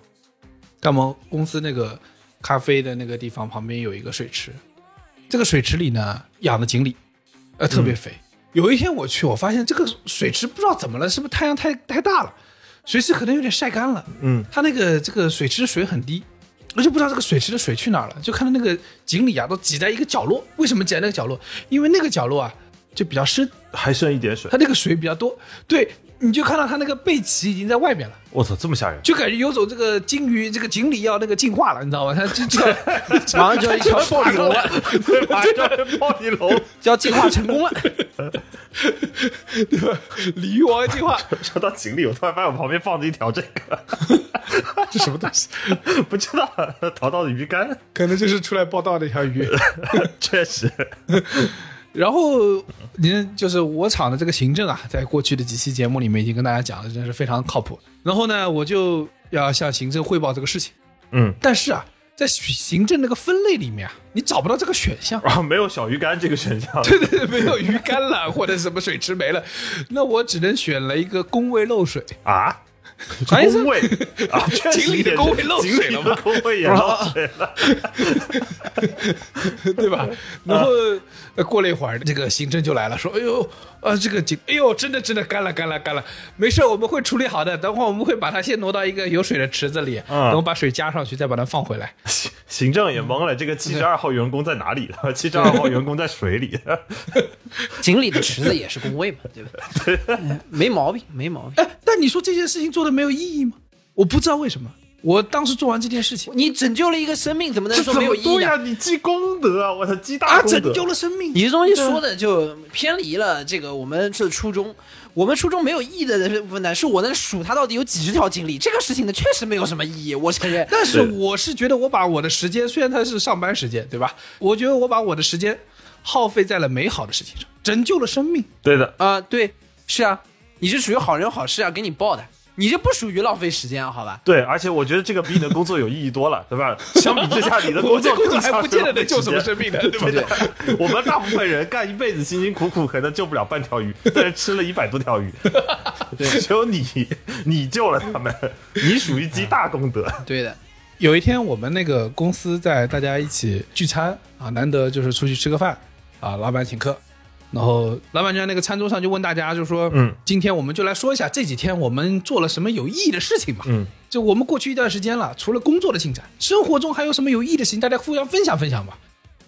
Speaker 4: 干嘛？公司那个咖啡的那个地方旁边有一个水池，这个水池里呢养的锦鲤，呃特别肥。有一天我去，我发现这个水池不知道怎么了，是不是太阳太太大了，水池可能有点晒干了。
Speaker 6: 嗯，
Speaker 4: 它那个这个水池的水很低。我就不知道这个水池的水去哪儿了，就看到那个锦鲤啊，都挤在一个角落。为什么挤在那个角落？因为那个角落啊，就比较深，？”
Speaker 6: 还剩一点水
Speaker 4: 它，那个水比较多，对，你就看到它那个背鳍已经在外面了，
Speaker 6: 我操，这么吓人！
Speaker 4: 就感觉有种这个鲸鱼、这个锦鲤要那个进化了，你知道吗？ *laughs* 它就
Speaker 5: *laughs*
Speaker 4: 就
Speaker 5: 马上就要一条暴力龙了，
Speaker 6: *laughs* 对，马上暴力龙，
Speaker 5: 就要进化成功了。
Speaker 4: *laughs* 对吧？鲤鱼王进
Speaker 5: *laughs*
Speaker 4: 化，
Speaker 6: 说到锦鲤，我突然发现我旁边放着一条这个，
Speaker 4: 这什么东西？
Speaker 6: 不知道 *laughs* 淘到的鱼竿，
Speaker 4: 可能就是出来报道那条鱼。
Speaker 6: 确实，
Speaker 4: 然后您就是我厂的这个行政啊，在过去的几期节目里面已经跟大家讲了，真是非常靠谱。然后呢，我就要向行政汇报这个事情，
Speaker 6: 嗯，
Speaker 4: 但是啊，在行政那个分类里面啊，你找不到这个选
Speaker 6: *laughs*
Speaker 4: 项。
Speaker 6: 然后啊没有小鱼干这个选 *laughs* 项，
Speaker 4: 对对对，没有鱼竿了，或者什么水池没了，那我只能选了一个工位漏水。
Speaker 6: 啊，
Speaker 4: 啥意思
Speaker 6: 工位啊，确实
Speaker 4: 锦鲤的
Speaker 6: 也
Speaker 4: 工位
Speaker 6: 是
Speaker 4: 漏水了
Speaker 6: 锦鲤的
Speaker 4: 吗
Speaker 6: 工位也漏 *laughs* 水了，
Speaker 4: *laughs* 对吧？然后、呃过了一会儿，这个行政就来了，说：“哎呦，呃，这个警，哎呦，真的真的干了干了干了，没事，我们会处理好的。等会儿我们会把它先挪到一个有水的池子里，
Speaker 6: 嗯
Speaker 4: 然后把水加上去，再把它放回来。
Speaker 6: 行政也懵了，这个七十二号员工在哪里？ *laughs* 七十二号员工在水
Speaker 5: *laughs*
Speaker 6: 里。
Speaker 5: 锦鲤的池子也是工位嘛，对吧？ *laughs* 嗯没毛病，没毛病。
Speaker 4: 哎，但你说这件事情做的没有意义吗？我不知道为什么，我当时做完这件事情
Speaker 5: 你拯救了一个生命，怎么能说没有意
Speaker 6: 对
Speaker 5: 义啊
Speaker 6: 呀、
Speaker 5: 呢？
Speaker 6: 你积功德啊！我操，积大
Speaker 4: 啊，
Speaker 6: 功德。
Speaker 4: 拯救了生命。
Speaker 5: 你这东西说的就偏离了这个我们是初衷，我们初衷没有意义的部分呢，是我能数它到底有几十条锦鲤，这个事情呢确实没有什么意义，我承认。
Speaker 4: 但是
Speaker 6: 对
Speaker 4: 我是觉得，我把我的时间，虽然它是上班时间，对吧？我觉得我把我的时间耗费在了美好的事情上，拯救了生命。
Speaker 6: 对的，
Speaker 5: 啊、对，是啊，你是属于好人好事啊，给你报的，你这不属于浪费时间啊，好吧？
Speaker 6: 对，而且我觉得这个比你的工作有意义多了，对吧？相比之下，你的
Speaker 4: 我
Speaker 6: 工
Speaker 4: 这
Speaker 6: 作
Speaker 4: 工作还
Speaker 6: 更
Speaker 4: 不见得能救
Speaker 6: 像是
Speaker 4: 什么生命的，对不对？
Speaker 6: *laughs* 对我们大部分人干一辈子辛辛苦苦，可能救不了半条鱼，但是吃了一百多条
Speaker 4: *laughs*
Speaker 6: 鱼。只有你，你救了他们，你属于积大功德。
Speaker 4: *laughs*
Speaker 5: 对的，
Speaker 4: 有一天我们那个公司在大家一起聚餐啊，难得就是出去吃个饭啊，老板请客，然后老板就在那个餐桌上就问大家，就说，
Speaker 6: 嗯，
Speaker 4: 今天我们就来说一下这几天我们做了什么有意义的事情吧。
Speaker 6: 嗯，
Speaker 4: 就我们过去一段时间了，除了工作的进展，生活中还有什么有意义的事情，大家互相分享分享吧。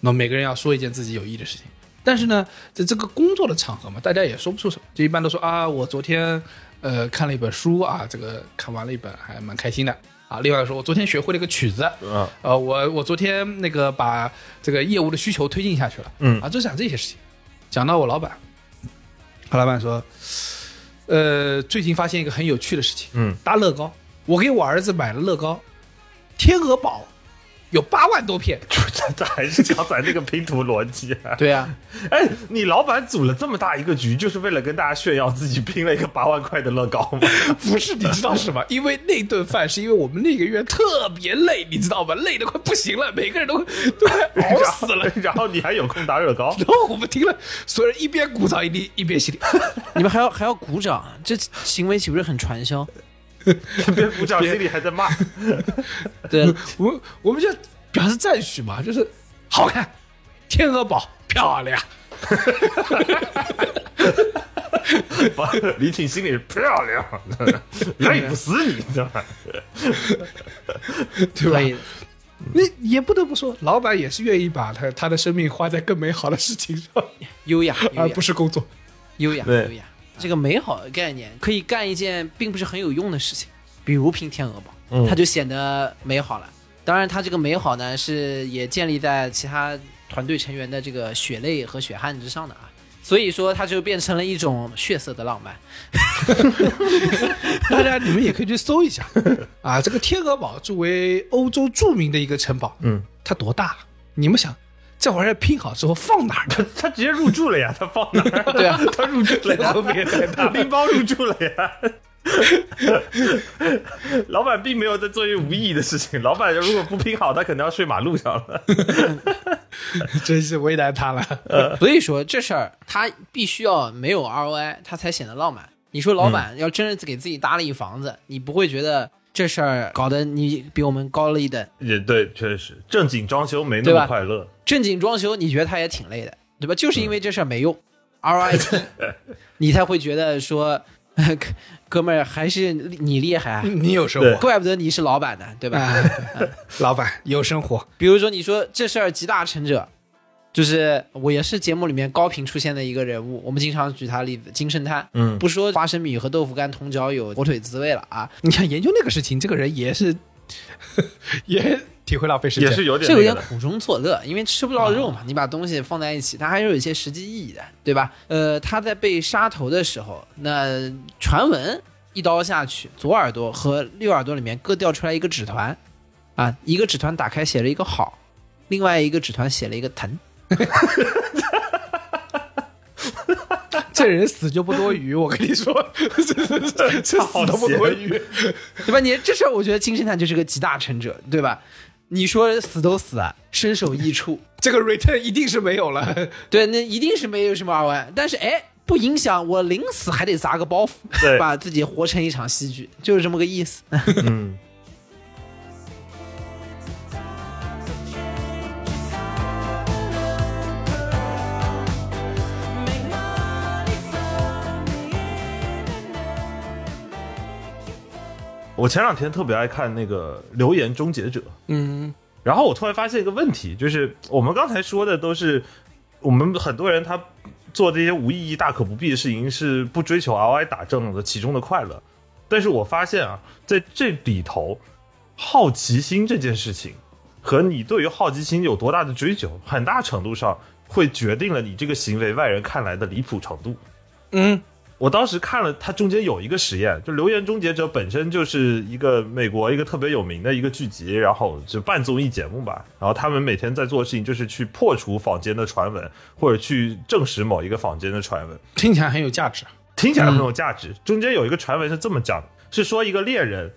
Speaker 4: 那每个人要说一件自己有意义的事情。但是呢，在这个工作的场合嘛，大家也说不出什么，就一般都说啊，我昨天呃看了一本书啊，这个看完了一本还蛮开心的啊。另外说，我昨天学会了一个曲子，
Speaker 6: 嗯
Speaker 4: 呃，我我昨天那个把这个业务的需求推进下去了，
Speaker 6: 嗯
Speaker 4: 啊，就讲这些事情。讲到我老板，我老板说，呃，最近发现一个很有趣的事情，
Speaker 6: 嗯，
Speaker 4: 搭乐高，我给我儿子买了乐高，天鹅堡有八万多片，
Speaker 6: *laughs* 这这还是刚才那个拼图逻辑、啊。
Speaker 5: 对啊，
Speaker 6: 哎，你老板组了这么大一个局，就是为了跟大家炫耀自己拼了一个八万块的乐高吗？
Speaker 4: *laughs* 不是，你知道是吧？因为那顿饭是因为我们那个月特别累，你知道吧？累得快不行了，每个人都都快熬死了。
Speaker 6: 然后然后你还有空打乐高？
Speaker 4: 然后我们听了，所有人一边鼓掌一边一边心里，
Speaker 5: *laughs* 你们还要还要鼓掌，这行为岂不是很传销？
Speaker 6: 别鼓掌，心里还在骂。
Speaker 5: 对，
Speaker 4: 我们我们就表示赞许嘛，就是好看，天鹅堡漂亮。
Speaker 6: 把 *laughs* 李挺心里是漂亮， *laughs* 累不死你，知道吧？
Speaker 4: 对吧
Speaker 5: 可以的
Speaker 4: 那也不得不说，老板也是愿意把他他的生命花在更美好的事情上，
Speaker 5: 优雅，优
Speaker 4: 而
Speaker 5: 雅
Speaker 4: 不，是工作。
Speaker 5: 优雅，
Speaker 6: 对
Speaker 5: 优雅。这个美好的概念可以干一件并不是很有用的事情，比如拼天鹅堡，它就显得美好了。当然，它这个美好呢是也建立在其他团队成员的这个血泪和血汗之上的啊。所以说，它就变成了一种血色的浪漫。
Speaker 4: *laughs* 大家你们也可以去搜一下啊，这个天鹅堡作为欧洲著名的一个城堡，
Speaker 6: 嗯，
Speaker 4: 它多大？你们想，这玩意儿拼好之后放哪儿呢？
Speaker 6: *laughs* *laughs* 他直接入住了呀，他放哪儿？对啊， *laughs* 他入住了呀，拎包入住了呀。 *laughs* 老板并没有在做一些无意义的事情。老板如果不拼好，他可能要睡马路上了。
Speaker 4: 真是为难他了。
Speaker 6: 啊
Speaker 5: 所以说这事儿他必须要没有 ROI，他才显得浪漫。你说老板要真是给自己搭了一房子，你不会觉得这事儿搞得你比我们高了一等？
Speaker 6: 也对，确实正经装修没那
Speaker 5: 对
Speaker 6: 么
Speaker 5: 吧
Speaker 6: 快乐。
Speaker 5: 正经装修，你觉得他也挺累的，对吧？就是因为这事儿没用，ROI 低， *laughs* 你才会觉得说， *laughs* 哥哥们儿还是你厉害啊，
Speaker 4: 你有生
Speaker 6: 对
Speaker 4: 活，
Speaker 5: 怪不得你是老板呢，对吧？
Speaker 4: 哎老板有生活，
Speaker 5: 比如说，你说这事儿集大成者，就是我也是节目里面高频出现的一个人物，我们经常举他例子，金圣叹。
Speaker 6: 嗯
Speaker 5: 不说花生米和豆腐干、同嚼有火腿滋味了啊，
Speaker 4: 你看研究那个事情，这个人也是 *laughs* 也挺会浪费时间，
Speaker 6: 也是有点
Speaker 5: 这有
Speaker 6: 那
Speaker 5: 点
Speaker 6: 个的。啊
Speaker 5: 苦中作乐，因为吃不到肉嘛，你把东西放在一起，它还是有一些实际意义的，对吧？呃，他在被杀头的时候，那传闻一刀下去，左耳朵和右耳朵里面各掉出来一个纸团，啊，一个纸团打开写了一个好，另外一个纸团写了一个疼。
Speaker 4: 这人死就不多余，我跟你说，
Speaker 6: *laughs*
Speaker 4: 这这这这死都不多余。
Speaker 5: 对吧？你这事儿，我觉得金圣叹就是个集大成者，对吧？你说死都死啊，身首异处，
Speaker 4: 这个 return 一定是没有了。
Speaker 5: 对，那一定是没有什么耳闻，但是哎，不影响我临死还得砸个包袱，
Speaker 6: 对
Speaker 5: 把自己活成一场戏剧，就是这么个意思。
Speaker 6: 嗯，我前两天特别爱看那个《留言终结者》，
Speaker 4: 嗯，
Speaker 6: 然后我突然发现一个问题，就是我们刚才说的都是我们很多人他做这些无意义、大可不必的事情，是不追求 ROI 打正的其中的快乐。但是我发现啊，在这里头，好奇心这件事情和你对于好奇心有多大的追求，很大程度上会决定了你这个行为外人看来的离谱程度。
Speaker 4: 嗯，
Speaker 6: 我当时看了它中间有一个实验，就《留言终结者》本身就是一个美国一个特别有名的一个剧集，然后就半综艺节目吧。然后他们每天在做的事情就是去破除坊间的传闻，或者去证实某一个坊间的传闻。
Speaker 4: 听起来很有价值。
Speaker 6: 听起来很有价值。中间有一个传闻是这么讲的，是说一个猎人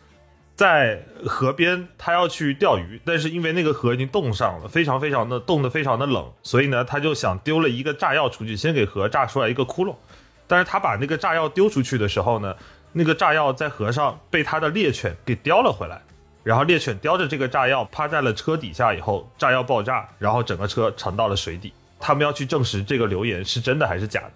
Speaker 6: 在河边，他要去钓鱼，但是因为那个河已经冻上了，非常非常的冻得非常的冷，所以呢，他就想丢了一个炸药出去，先给河炸出来一个窟窿。但是他把那个炸药丢出去的时候呢，那个炸药在河上被他的猎犬给叼了回来。然后猎犬叼着这个炸药趴在了车底下，以后炸药爆炸，然后整个车沉到了水底。他们要去证实这个流言是真的还是假的。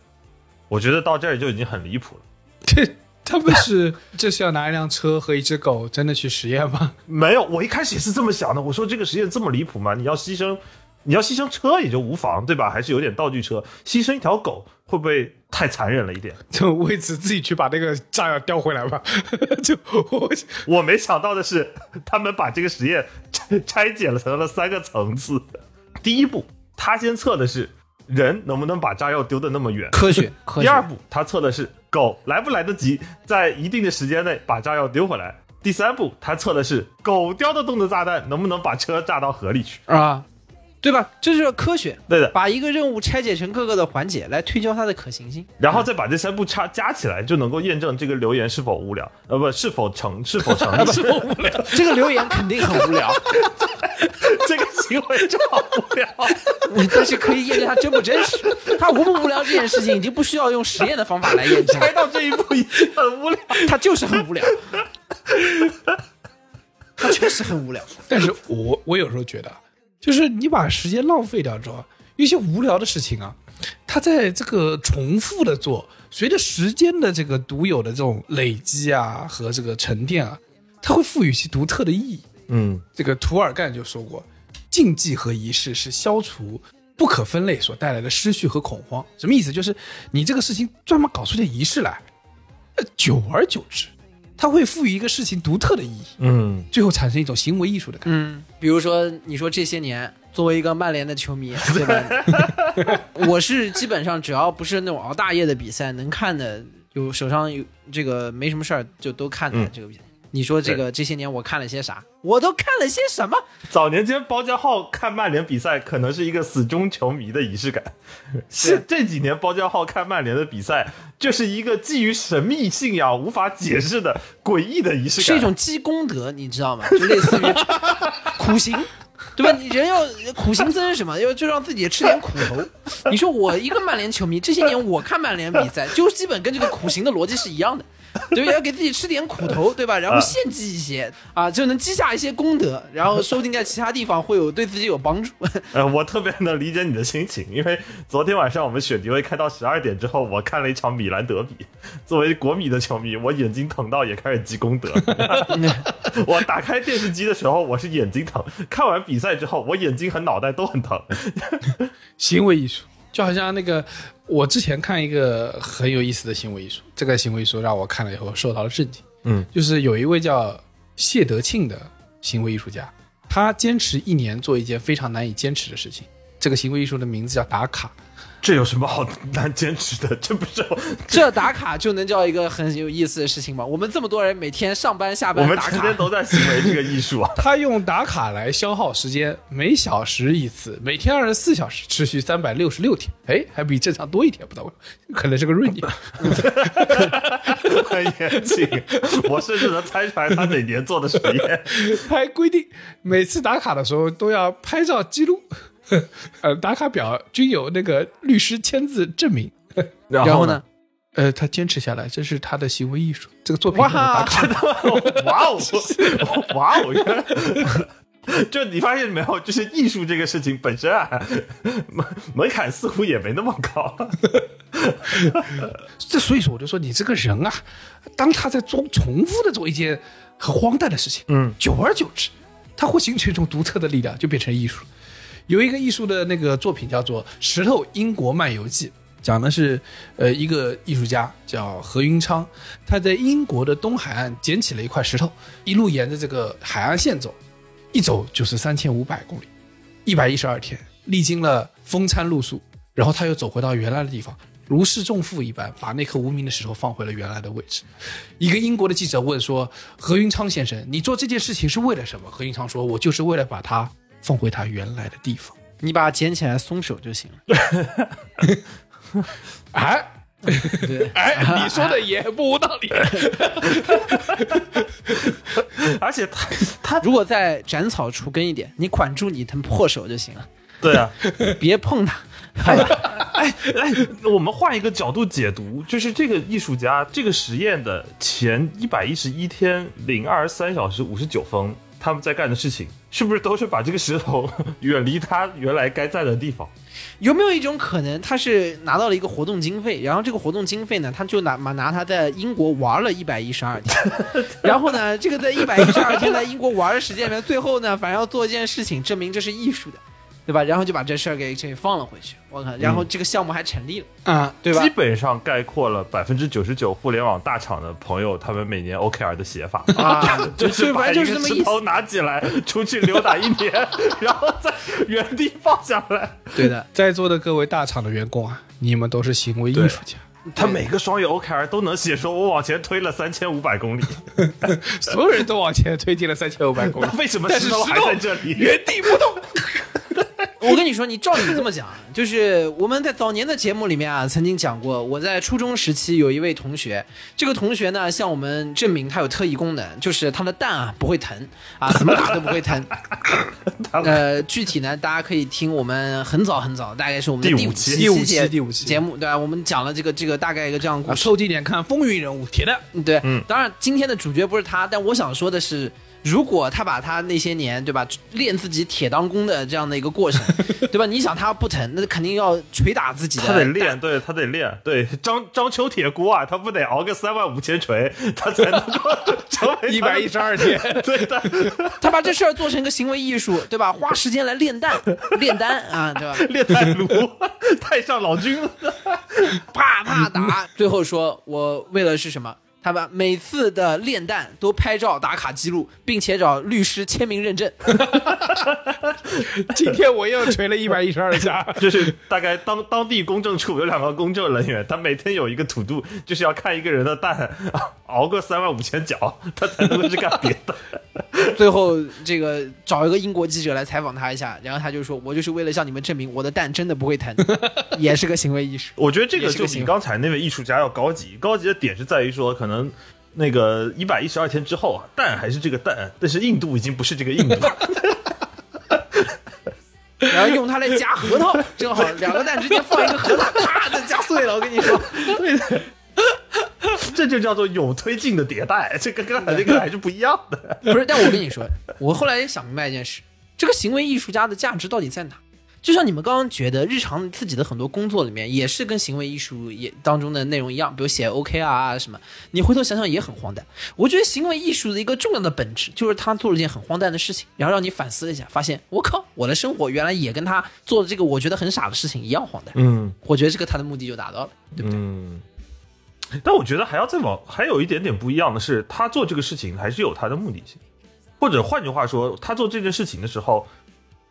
Speaker 6: 我觉得到这儿就已经很离谱了。
Speaker 4: 这他们是这是要拿一辆车和一只狗真的去实验吗？
Speaker 6: 没有，我一开始也是这么想的。我说这个实验这么离谱吗？你要牺牲，你要牺牲车也就无妨，对吧？还是有点道具车，牺牲一条狗会不会太残忍了
Speaker 5: *laughs*
Speaker 6: 一点？
Speaker 4: 就为此自己去把那个炸药叼回来吧。 *laughs* 就我
Speaker 6: 我没想到的是，他们把这个实验拆拆解了成了三个层次。 *laughs* 第一步，他先测的是人能不能把炸药丢得那么远；
Speaker 5: 科学，科
Speaker 6: 第二
Speaker 5: 学，
Speaker 6: 步，他测的是狗来不来得及在一定的时间内把炸药丢回来；第三步，他测的是狗叼得动的炸弹能不能把车炸到河里去。
Speaker 5: 啊，对吧？这就是科学，
Speaker 6: 对的，
Speaker 5: 把一个任务拆解成各个的环节来推敲它的可行性。
Speaker 6: 然后再把这三步差加起来，就能够验证这个留言是否无聊，呃，不是否成是否 *laughs* 成立
Speaker 5: 这个留言肯定很无聊， *laughs*
Speaker 6: 这个行为就好无 *laughs* 聊。
Speaker 5: 但是可以验证它真不真实。它无不无聊这件事情已经不需要用实验的方法来验证，
Speaker 6: 猜到这一步已经很无聊。
Speaker 5: *laughs* 它就是很无聊。它确实很无聊，
Speaker 4: 但是我我有时候觉得，就是你把时间浪费掉之后，有一些无聊的事情啊，它在这个重复的做，随着时间的这个独有的这种累积啊和这个沉淀啊，它会赋予其独特的意义。
Speaker 6: 嗯，
Speaker 4: 这个涂尔干就说过，禁忌和仪式是消除不可分类所带来的失序和恐慌。什么意思？就是你这个事情专门搞出点仪式来，呃，久而久之，它会赋予一个事情独特的意义，
Speaker 6: 嗯，
Speaker 4: 最后产生一种行为艺术的感觉。
Speaker 5: 嗯，比如说，你说这些年，作为一个曼联的球 *laughs* 迷，对吧？ *laughs* 我是基本上只要不是那种熬大夜的比赛，能看的有手上有这个没什么事儿就都看的、
Speaker 6: 嗯
Speaker 5: 这个比赛。你说这个这些年我看了些啥？我都看了些什么？
Speaker 6: 早年间包家浩看曼联比赛可能是一个死忠球迷的仪式感，是这几年包家浩看曼联的比赛就是一个基于神秘信仰无法解释的诡异的仪式感，
Speaker 5: 是一种积功德，你知道吗？就类似于苦行，对吧？你人要苦行僧是什么？要就让自己吃点苦头。你说我一个曼联球迷，这些年我看曼联比赛，就基本跟这个苦行的逻辑是一样的，对吧？要给自己吃点苦头，对吧？然后献祭一些啊，就能积下一些功德，然后说不定在其他地方会有对自己有帮助。 *laughs*
Speaker 6: 呃，我特别能理解你的心情，因为昨天晚上我们雪迪会开到十二点之后，我看了一场米兰德比。作为国米的球迷，我眼睛疼到也开始积功德。我打开电视机的时候，我是眼睛疼；看完比赛之后，我眼睛和脑袋都很疼。
Speaker 4: 行为艺术，就好像那个我之前看一个很有意思的行为艺术，这个行为艺术让我看了以后受到了震惊。
Speaker 6: 嗯，
Speaker 4: 就是有一位叫谢德庆的行为艺术家，他坚持一年做一件非常难以坚持的事情。这个行为艺术的名字叫打卡。。
Speaker 6: 这有什么好难坚持的？这不是
Speaker 5: 这打卡就能叫一个很有意思的事情吗？我们这么多人每天上班下
Speaker 6: 我
Speaker 5: 班
Speaker 6: 们
Speaker 5: 打
Speaker 6: 成
Speaker 5: 卡
Speaker 6: 天，都在行为这个艺术啊 *laughs*
Speaker 4: 他用打卡来消耗时间，每小时一次，每天二十四小时，持续三百六十六天。哎，还比正常多一天，不知道为什么，可能是个闰年。
Speaker 6: 很严谨，我甚至能猜出来他哪年做的实验。
Speaker 4: 还规定每次打卡的时候都要拍照记录， *laughs* 呃，打卡表均有那个律师签字证明。
Speaker 6: 然
Speaker 5: 然后呢？？
Speaker 4: 呃，他坚持下来，这是他的行为艺术。这个作品叫做打卡，
Speaker 6: *laughs* 哇哦，哇哦！原来 *laughs* 就你发现没有，就是艺术这个事情本身啊， *laughs* 门门槛似乎也没那么高。 *laughs*
Speaker 4: 这所以说我就说你这个人啊，当他在做重复的做一件很荒诞的事情，嗯，久而久之，他会形成一种独特的力量，就变成艺术。有一个艺术的那个作品叫做《石头英国漫游记》，讲的是呃一个艺术家叫何云昌，他在英国的东海岸捡起了一块石头，一路沿着这个海岸线走，一走就是三千五百公里，一百一十二天，历经了风餐露宿，然后他又走回到原来的地方，如释重负一般，把那颗无名的石头放回了原来的位置。一个英国的记者问说：“何云昌先生，你做这件事情是为了什么？”何云昌说：“我就是为了把它放回它原来的地方。
Speaker 5: 你把它捡起来松手就行了。”
Speaker 4: 哎。，
Speaker 5: 对
Speaker 4: 哎，你说的也不无道理。
Speaker 6: 而且他他
Speaker 5: 如果再斩草除根一点，你管住你他破手就行 *laughs* 了，
Speaker 6: 对啊，
Speaker 5: 别碰 *laughs* 它，好吧？
Speaker 6: 哎哎， *laughs* 我们换一个角度解读，就是这个艺术家这个实验的前一百一十一天零二十三小时五十九分，他们在干的事情，是不是都是把这个石头 *laughs* 远离他原来该在的地方？
Speaker 5: 有没有一种可能，他是拿到了一个活动经费，然后这个活动经费呢，他就拿拿拿他在英国玩了一百一十二 *laughs* 天，然后呢，这个在一百一十二天在英国玩的时间里面，最后呢，反正要做一件事情，证明这是艺术的，对吧？然后就把这事儿给这放了回去，我靠，然后这个项目还成立了，
Speaker 4: 啊，
Speaker 5: 对吧
Speaker 6: 基？本上概括了百分之九十九互联网大厂的朋友他们每年 OKR 的写法。
Speaker 5: 啊，
Speaker 6: *laughs* 就
Speaker 5: 对
Speaker 6: 是把
Speaker 5: 反正
Speaker 6: 一
Speaker 5: 就是这
Speaker 6: 个
Speaker 5: 么
Speaker 6: 石
Speaker 5: 意
Speaker 6: 头
Speaker 5: 思，
Speaker 6: 拿起来，出去溜达一年， *laughs* 然后在原地放下来。
Speaker 5: 对的，
Speaker 4: 在座的各位大厂的员工啊，你们都是行为艺术家，
Speaker 6: 他每个双月 OKR 都能写说，我往前推了三千五百公里。 *laughs*
Speaker 4: 所有人都往前推进了三千五百公里
Speaker 6: 那，为什么
Speaker 4: 但
Speaker 6: 石
Speaker 4: 是
Speaker 6: 头还在这
Speaker 4: 石头
Speaker 6: 里？
Speaker 4: 原地不动。
Speaker 5: 我跟你说，你照你这么讲，就是我们在早年的节目里面啊，曾经讲过，我在初中时期有一位同学，这个同学呢向我们证明他有特异功能，就是他的蛋啊不会疼啊，怎么打都不
Speaker 4: *laughs*
Speaker 5: 会疼。呃，具体呢，大家可以听我们很早很早，大概是我们的
Speaker 6: 第
Speaker 5: 第
Speaker 6: 五
Speaker 5: 五
Speaker 6: 期
Speaker 4: 第五期
Speaker 5: 节
Speaker 4: 第五期
Speaker 5: 节目，对吧、我们讲了这个这个大概一个这样的故
Speaker 4: *laughs* 啊，
Speaker 5: 事。
Speaker 4: 凑近点看，风云人物，铁蛋。
Speaker 5: *laughs* 对，
Speaker 6: 嗯
Speaker 5: 当然今天的主角不是他，但我想说的是，如果他把他那些年对吧练自己铁当功的这样的一个过
Speaker 6: *laughs*
Speaker 5: 程，对吧？你想他不疼，那肯定要捶打自己的。
Speaker 6: 他得练，对他得练，对张张秋铁锅啊，他不得熬个三万五千锤， *laughs* 他才能够成为
Speaker 4: 一百一十二 *laughs* 天，
Speaker 6: 对 *laughs* 的，
Speaker 5: 他把这事儿做成一个行为艺术，对吧？花时间来炼丹， *laughs* 炼丹啊，对吧？
Speaker 6: 炼丹炉， *laughs* 太上老君了。
Speaker 5: 啪啪打，最后说我为了是什么？他把每次的炼丹都拍照打卡记录，并且找律师签名认证。
Speaker 4: 今天我又锤了一百一十二下。
Speaker 6: *laughs* 就是大概当当地公证处有两个公证人员，他每天有一个土度，就是要看一个人的蛋 *laughs* 啊熬个三万五千脚， *laughs* 他才能够去干别
Speaker 5: *laughs*
Speaker 6: 的。
Speaker 5: 最后这个找一个英国记者来采访他一下，然后他就说：“我就是为了向你们证明我的蛋真的不会疼，也是个行为艺术。
Speaker 6: 我觉得这
Speaker 5: 也
Speaker 6: 个
Speaker 5: 是
Speaker 6: 就
Speaker 5: 个
Speaker 6: 比
Speaker 5: 行为
Speaker 6: 刚才那位艺术家要高级，高级的点是在于说，可能那个一百一十二天之后啊，蛋还是这个蛋，但是硬度已经不是这个硬度。”
Speaker 5: *laughs* 然后用它来夹核桃，正好两个蛋之间放一个核桃，咔就夹碎了。我跟你说，
Speaker 6: 对的，这就叫做有推进的迭代，这跟刚才那个还是不一样的。
Speaker 5: *laughs* 不是，但我跟你说，我后来也想明白一件事：这个行为艺术家的价值到底在哪？就像你们刚刚觉得，日常自己的很多工作里面，也是跟行为艺术也当中的内容一样，比如写 OKR、啊什么，你回头想想也很荒诞。我觉得行为艺术的一个重要的本质，就是他做了一件很荒诞的事情，然后让你反思了一下，发现我靠，我的生活原来也跟他做的这个我觉得很傻的事情一样荒诞。
Speaker 6: 嗯
Speaker 5: 我觉得这个他的目的就达到了。
Speaker 6: 嗯。但我觉得还要再往，还有一点点不一样的是，他做这个事情还是有他的目的性，或者换句话说，他做这件事情的时候，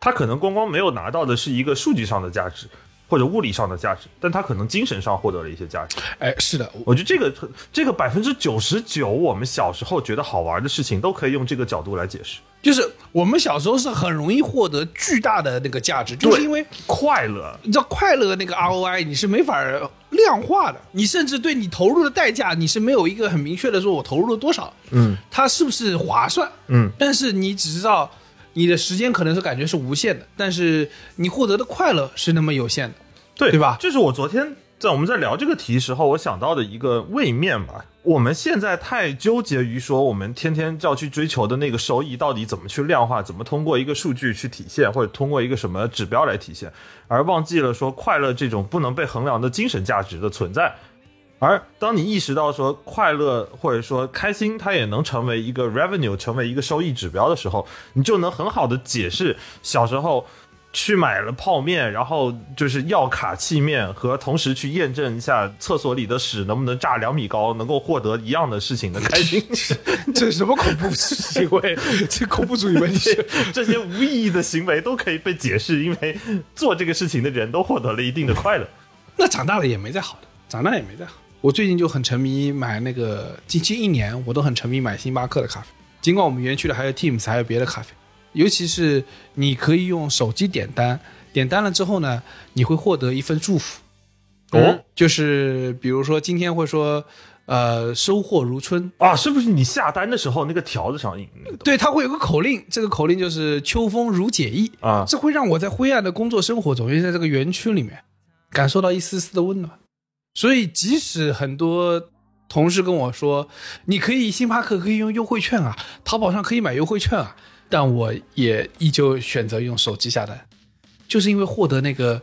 Speaker 6: 他可能光光没有拿到的是一个数据上的价值或者物理上的价值，但他可能精神上获得了一些价值。
Speaker 4: *laughs* 哎，是的，
Speaker 6: 我觉得这个这个百分之九十九，我们小时候觉得好玩的事情，都可以用这个角度来解释。
Speaker 4: 就是我们小时候是很容易获得巨大的那个价值，就是因为
Speaker 6: 快乐，
Speaker 4: 你知道快乐那个 ROI 你是没法量化的，你甚至对你投入的代价你是没有一个很明确的说我投入了多少，
Speaker 6: 嗯
Speaker 4: 它是不是划算，
Speaker 6: 嗯，
Speaker 4: 但是你只知道你的时间可能是感觉是无限的，但是你获得的快乐是那么有限的。
Speaker 6: 对
Speaker 4: 对吧
Speaker 6: 这是我昨天在我们在聊这个题时候，我想到的一个位面吧。我们现在太纠结于说，我们天天要去追求的那个收益到底怎么去量化，怎么通过一个数据去体现，或者通过一个什么指标来体现，而忘记了说快乐这种不能被衡量的精神价值的存在。而当你意识到说快乐或者说开心，它也能成为一个 revenue，成为一个收益指标的时候，你就能很好的解释小时候去买了泡面，然后就是要卡气面，和同时去验证一下厕所里的屎能不能炸两米高，能够获得一样的事情的开心，
Speaker 4: *laughs*
Speaker 6: *laughs*
Speaker 4: 这什么恐怖行为？ *laughs* 这恐怖主义问题。
Speaker 6: 这些无意义的行为都可以被解释，因为做这个事情的人都获得了一定的快乐。
Speaker 4: 那长大了也没再好的，长大也没再好。我最近就很沉迷买那个，近期一年我都很沉迷买星巴克的咖啡。尽管我们园区里还有 Teams，还有别的咖啡，尤其是你可以用手机点单，点单了之后呢，你会获得一份祝福。嗯
Speaker 6: 哦
Speaker 4: 就是比如说今天会说，呃，收获如春，
Speaker 6: 啊，是不是你下单的时候那个条子上印那个东西
Speaker 4: 对，它会有个口令，这个口令就是“秋风如解意”
Speaker 6: 啊
Speaker 4: 这会让我在灰暗的工作生活中，尤其在这个园区里面，感受到一丝丝的温暖。所以，即使很多同事跟我说，你可以星巴克可以用优惠券啊，淘宝上可以买优惠券啊，但我也依旧选择用手机下单，就是因为获得那个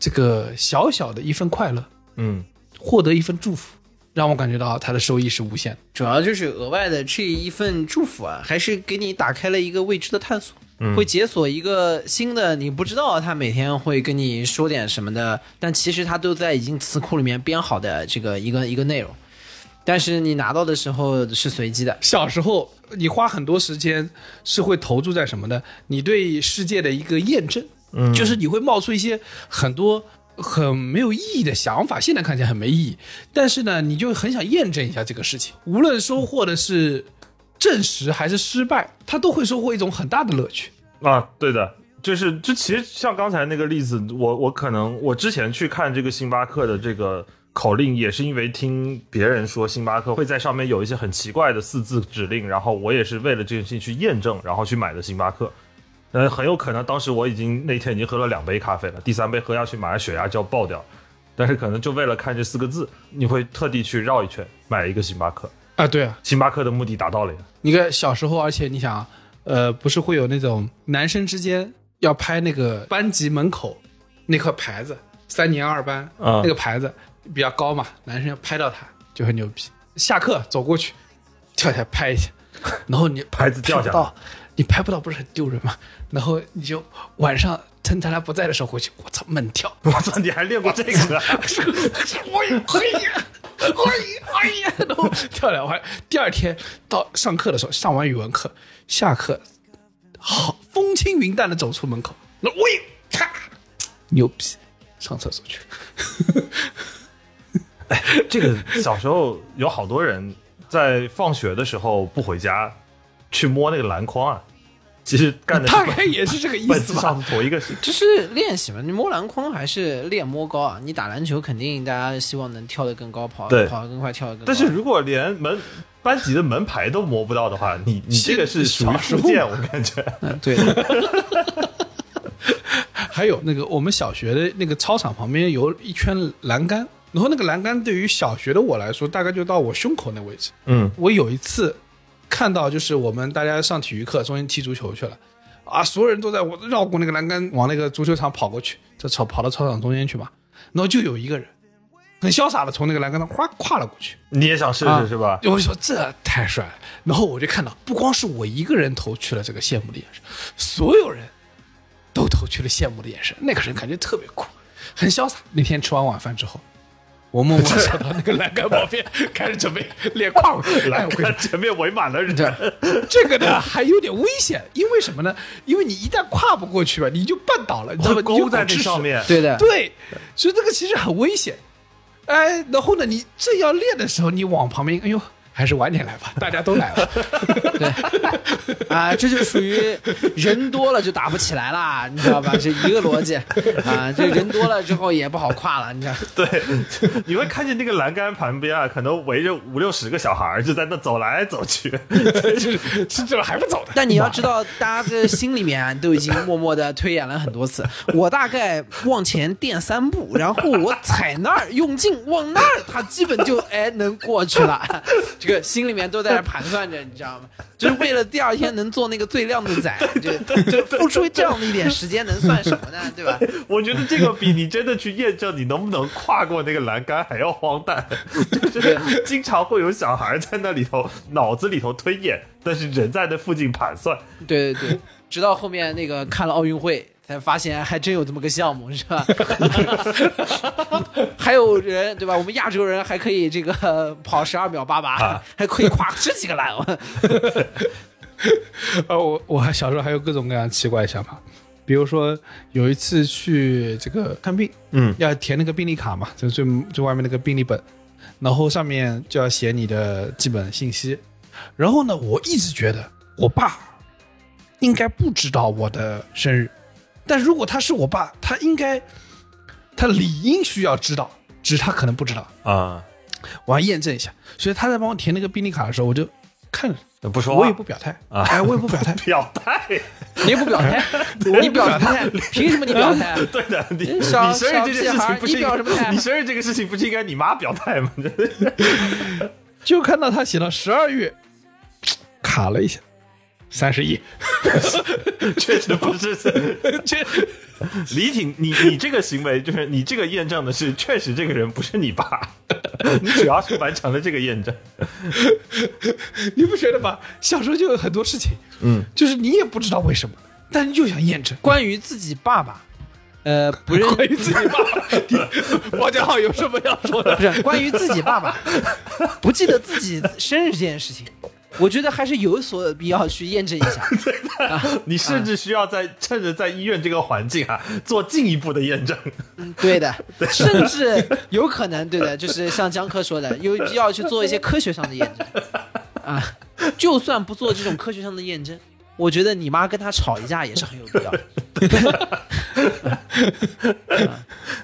Speaker 4: 这个小小的一份快乐，
Speaker 6: 嗯，
Speaker 4: 获得一份祝福，让我感觉到它的收益是无限的。
Speaker 5: 主要就是额外的这一份祝福啊，还是给你打开了一个未知的探索，
Speaker 6: 嗯
Speaker 5: 会解锁一个新的，你不知道他每天会跟你说点什么的，但其实他都在已经词库里面编好的这个一个一个内容，但是你拿到的时候是随机的。
Speaker 4: 小时候你花很多时间是会投注在什么呢？你对世界的一个验证，嗯，就是你会冒出一些很多很没有意义的想法，现在看起来很没意义，但是呢，你就很想验证一下这个事情，无论收获的是证实还是失败，它都会收获一种很大的乐趣。
Speaker 6: 啊，对的，就是这其实像刚才那个例子，我我可能我之前去看这个星巴克的这个口令，也是因为听别人说星巴克会在上面有一些很奇怪的四字指令，然后我也是为了这件事情去验证，然后去买的星巴克。呃，很有可能当时我已经那天已经喝了两杯咖啡了，第三杯喝下去马上血压就要爆掉，但是可能就为了看这四个字，你会特地去绕一圈买一个星巴克。
Speaker 4: 啊，对啊，
Speaker 6: 星巴克的目的达到了呀， *laughs*
Speaker 4: 你看小时候，而且你想啊，呃，不是会有那种男生之间要拍那个班级门口那块牌子，三年二班、
Speaker 6: 嗯
Speaker 4: 那个牌子比较高嘛，男生要拍到它就很牛逼。下课走过去，跳下来拍
Speaker 6: *laughs*
Speaker 4: 一下，然后你
Speaker 6: 牌子掉下
Speaker 4: 拍
Speaker 6: 来
Speaker 4: 不到，你拍不到不是很丢人吗？然后你就晚上趁他俩不在的时候回去，我操，猛跳，
Speaker 6: 我操，你还练过这个？
Speaker 4: 我也可以，我也可以，然后跳两环。第二天到上课的时候，上完语文课，下课，好风轻云淡的走出门口，那我也咔，牛逼，上厕所去。
Speaker 6: 这个小时候有好多人在放学的时候不回家，去摸那个篮筐啊，其实干的
Speaker 4: 大概也是这个意
Speaker 6: 本
Speaker 4: 思
Speaker 6: 质
Speaker 4: 吧。
Speaker 6: 上同一个事。
Speaker 5: 就是练习嘛，你摸篮筐还是练摸高啊？你打篮球肯定大家希望能跳得更高，跑
Speaker 6: 对
Speaker 5: 跑得更快，跳得更高。
Speaker 6: 但是如果连门班级的门牌都摸不到的话，你你这个是属于附件，我感觉。
Speaker 5: 嗯，对的，
Speaker 4: 还有那个我们小学的那个操场旁边有一圈栏杆，然后那个栏杆对于小学的我来说，大概就到我胸口那位置。
Speaker 6: 嗯，
Speaker 4: 我有一次看到，就是我们大家上体育课，中间踢足球去了，啊，所有人都在我绕过那个栏杆，往那个足球场跑过去，这操跑到操场中间去嘛，然后就有一个人很潇洒的从那个栏杆上哗跨了过去，
Speaker 6: 你也想试
Speaker 4: 啊
Speaker 6: 试是吧？
Speaker 4: 我就说这太帅了，然后我就看到，不光是我一个人投去了这个羡慕的眼神，所有人都投去了羡慕的眼神，那个人感觉特别酷，很潇洒。那天吃完晚饭之后，
Speaker 5: 我默默
Speaker 4: 想到那个栏杆旁边开始准备列
Speaker 6: *laughs*
Speaker 4: 框，哎，我跟你
Speaker 6: 看前面围满了人，
Speaker 4: 这个呢还有点危险，因为什么呢？因为你一旦跨不过去吧，你就绊倒了，你知道吗？
Speaker 6: 会
Speaker 4: 你就
Speaker 6: 勾在
Speaker 4: 搞
Speaker 6: 这
Speaker 4: 吃屎
Speaker 6: 上。面，
Speaker 5: 对
Speaker 6: *laughs*
Speaker 5: 的，
Speaker 4: 对，所以这个其实很危险。哎，然后呢，你正要练的时候，你往旁边，哎呦，还是晚点来吧，大家都来了。
Speaker 5: *laughs* 啊，这就属于人多了就打不起来啦，你知道吧？这一个逻辑啊，这人多了之后也不好跨了，你知道。
Speaker 6: 对， *laughs* 你会看见那个栏杆旁边啊，可能围着五六十个小孩儿就在那走来走去，
Speaker 4: 是 *laughs* 是这还不走的。
Speaker 5: 但你要知道，大家的心里面啊都已经默默的推演了很多次。我大概往前垫三步，然后我踩那儿用劲往那儿，他基本就哎能过去了。这个心里面都在那盘算着，你知道吗？就是为了第二天能做那个最靓的仔，就就付出这样的一点时间能算什么呢？对吧？
Speaker 6: *laughs* 我觉得这个比你真的去验证你能不能跨过那个栏杆还要荒诞， *laughs* 就是经常会有小孩在那里头脑子里头推演，但是人在那附近盘算。
Speaker 5: *laughs* 对对对，直到后面那个看了奥运会，才发现还真有这么个项目，是吧？ *laughs* 还有人对吧？我们亚洲人还可以这个 *laughs* 呃跑十二秒八
Speaker 4: 啊
Speaker 5: 八，还可以跨十几个栏。
Speaker 4: *laughs* 呃，我我还小时候还有各种各样奇怪的想法，比如说有一次去这个看病，
Speaker 6: 嗯，
Speaker 4: 要填那个病历卡嘛，就最最外面那个病历本，然后上面就要写你的基本信息。然后呢，我一直觉得我爸应该不知道我的生日，但如果他是我爸，他应该他理应需要知道，只是他可能不知道，
Speaker 6: 啊、
Speaker 4: 我要验证一下。所以他在帮我填那个病历卡的时候，我就看着，
Speaker 6: 不说
Speaker 4: 我也不表态
Speaker 6: 啊
Speaker 4: 哎，我也不表 *laughs* 态。
Speaker 6: 表态， *laughs*
Speaker 5: 你也不表态，你表态，凭什么你表态？
Speaker 6: 对的，你你
Speaker 5: 小
Speaker 6: 生日这件事
Speaker 5: 小屁孩儿
Speaker 6: 情不是
Speaker 5: 你表什么态
Speaker 6: 你生日这个事情不是应该你妈表态吗？ *laughs*
Speaker 4: 就看到他写了十二月，卡了一下，三十一，
Speaker 6: 确实不是。 *laughs*
Speaker 4: 这
Speaker 6: 李挺，你你这个行为就是你这个验证的是，确实这个人不是你爸， *laughs* 你主要是完成了这个验证。
Speaker 4: *laughs* 你不觉得吗？小时候就有很多事情，
Speaker 6: 嗯，
Speaker 4: 就是你也不知道为什么，但是又想验 *laughs* 证。
Speaker 5: 关于自己爸爸，呃，不认
Speaker 4: 关于自己爸爸，你王家浩有什么要说的？
Speaker 5: 不是关于自己爸爸不记得自己生日这件事情，我觉得还是有所必要去验证一下。
Speaker 6: 你甚至需要在趁着在医院这个环境啊，做进一步的验证。
Speaker 5: *laughs* 对的，甚至有可能，对的，就是像江科说的，有要去做一些科学上的验证啊。就算不做这种科学上的验证，我觉得你妈跟他吵一架也是很有必要的。啊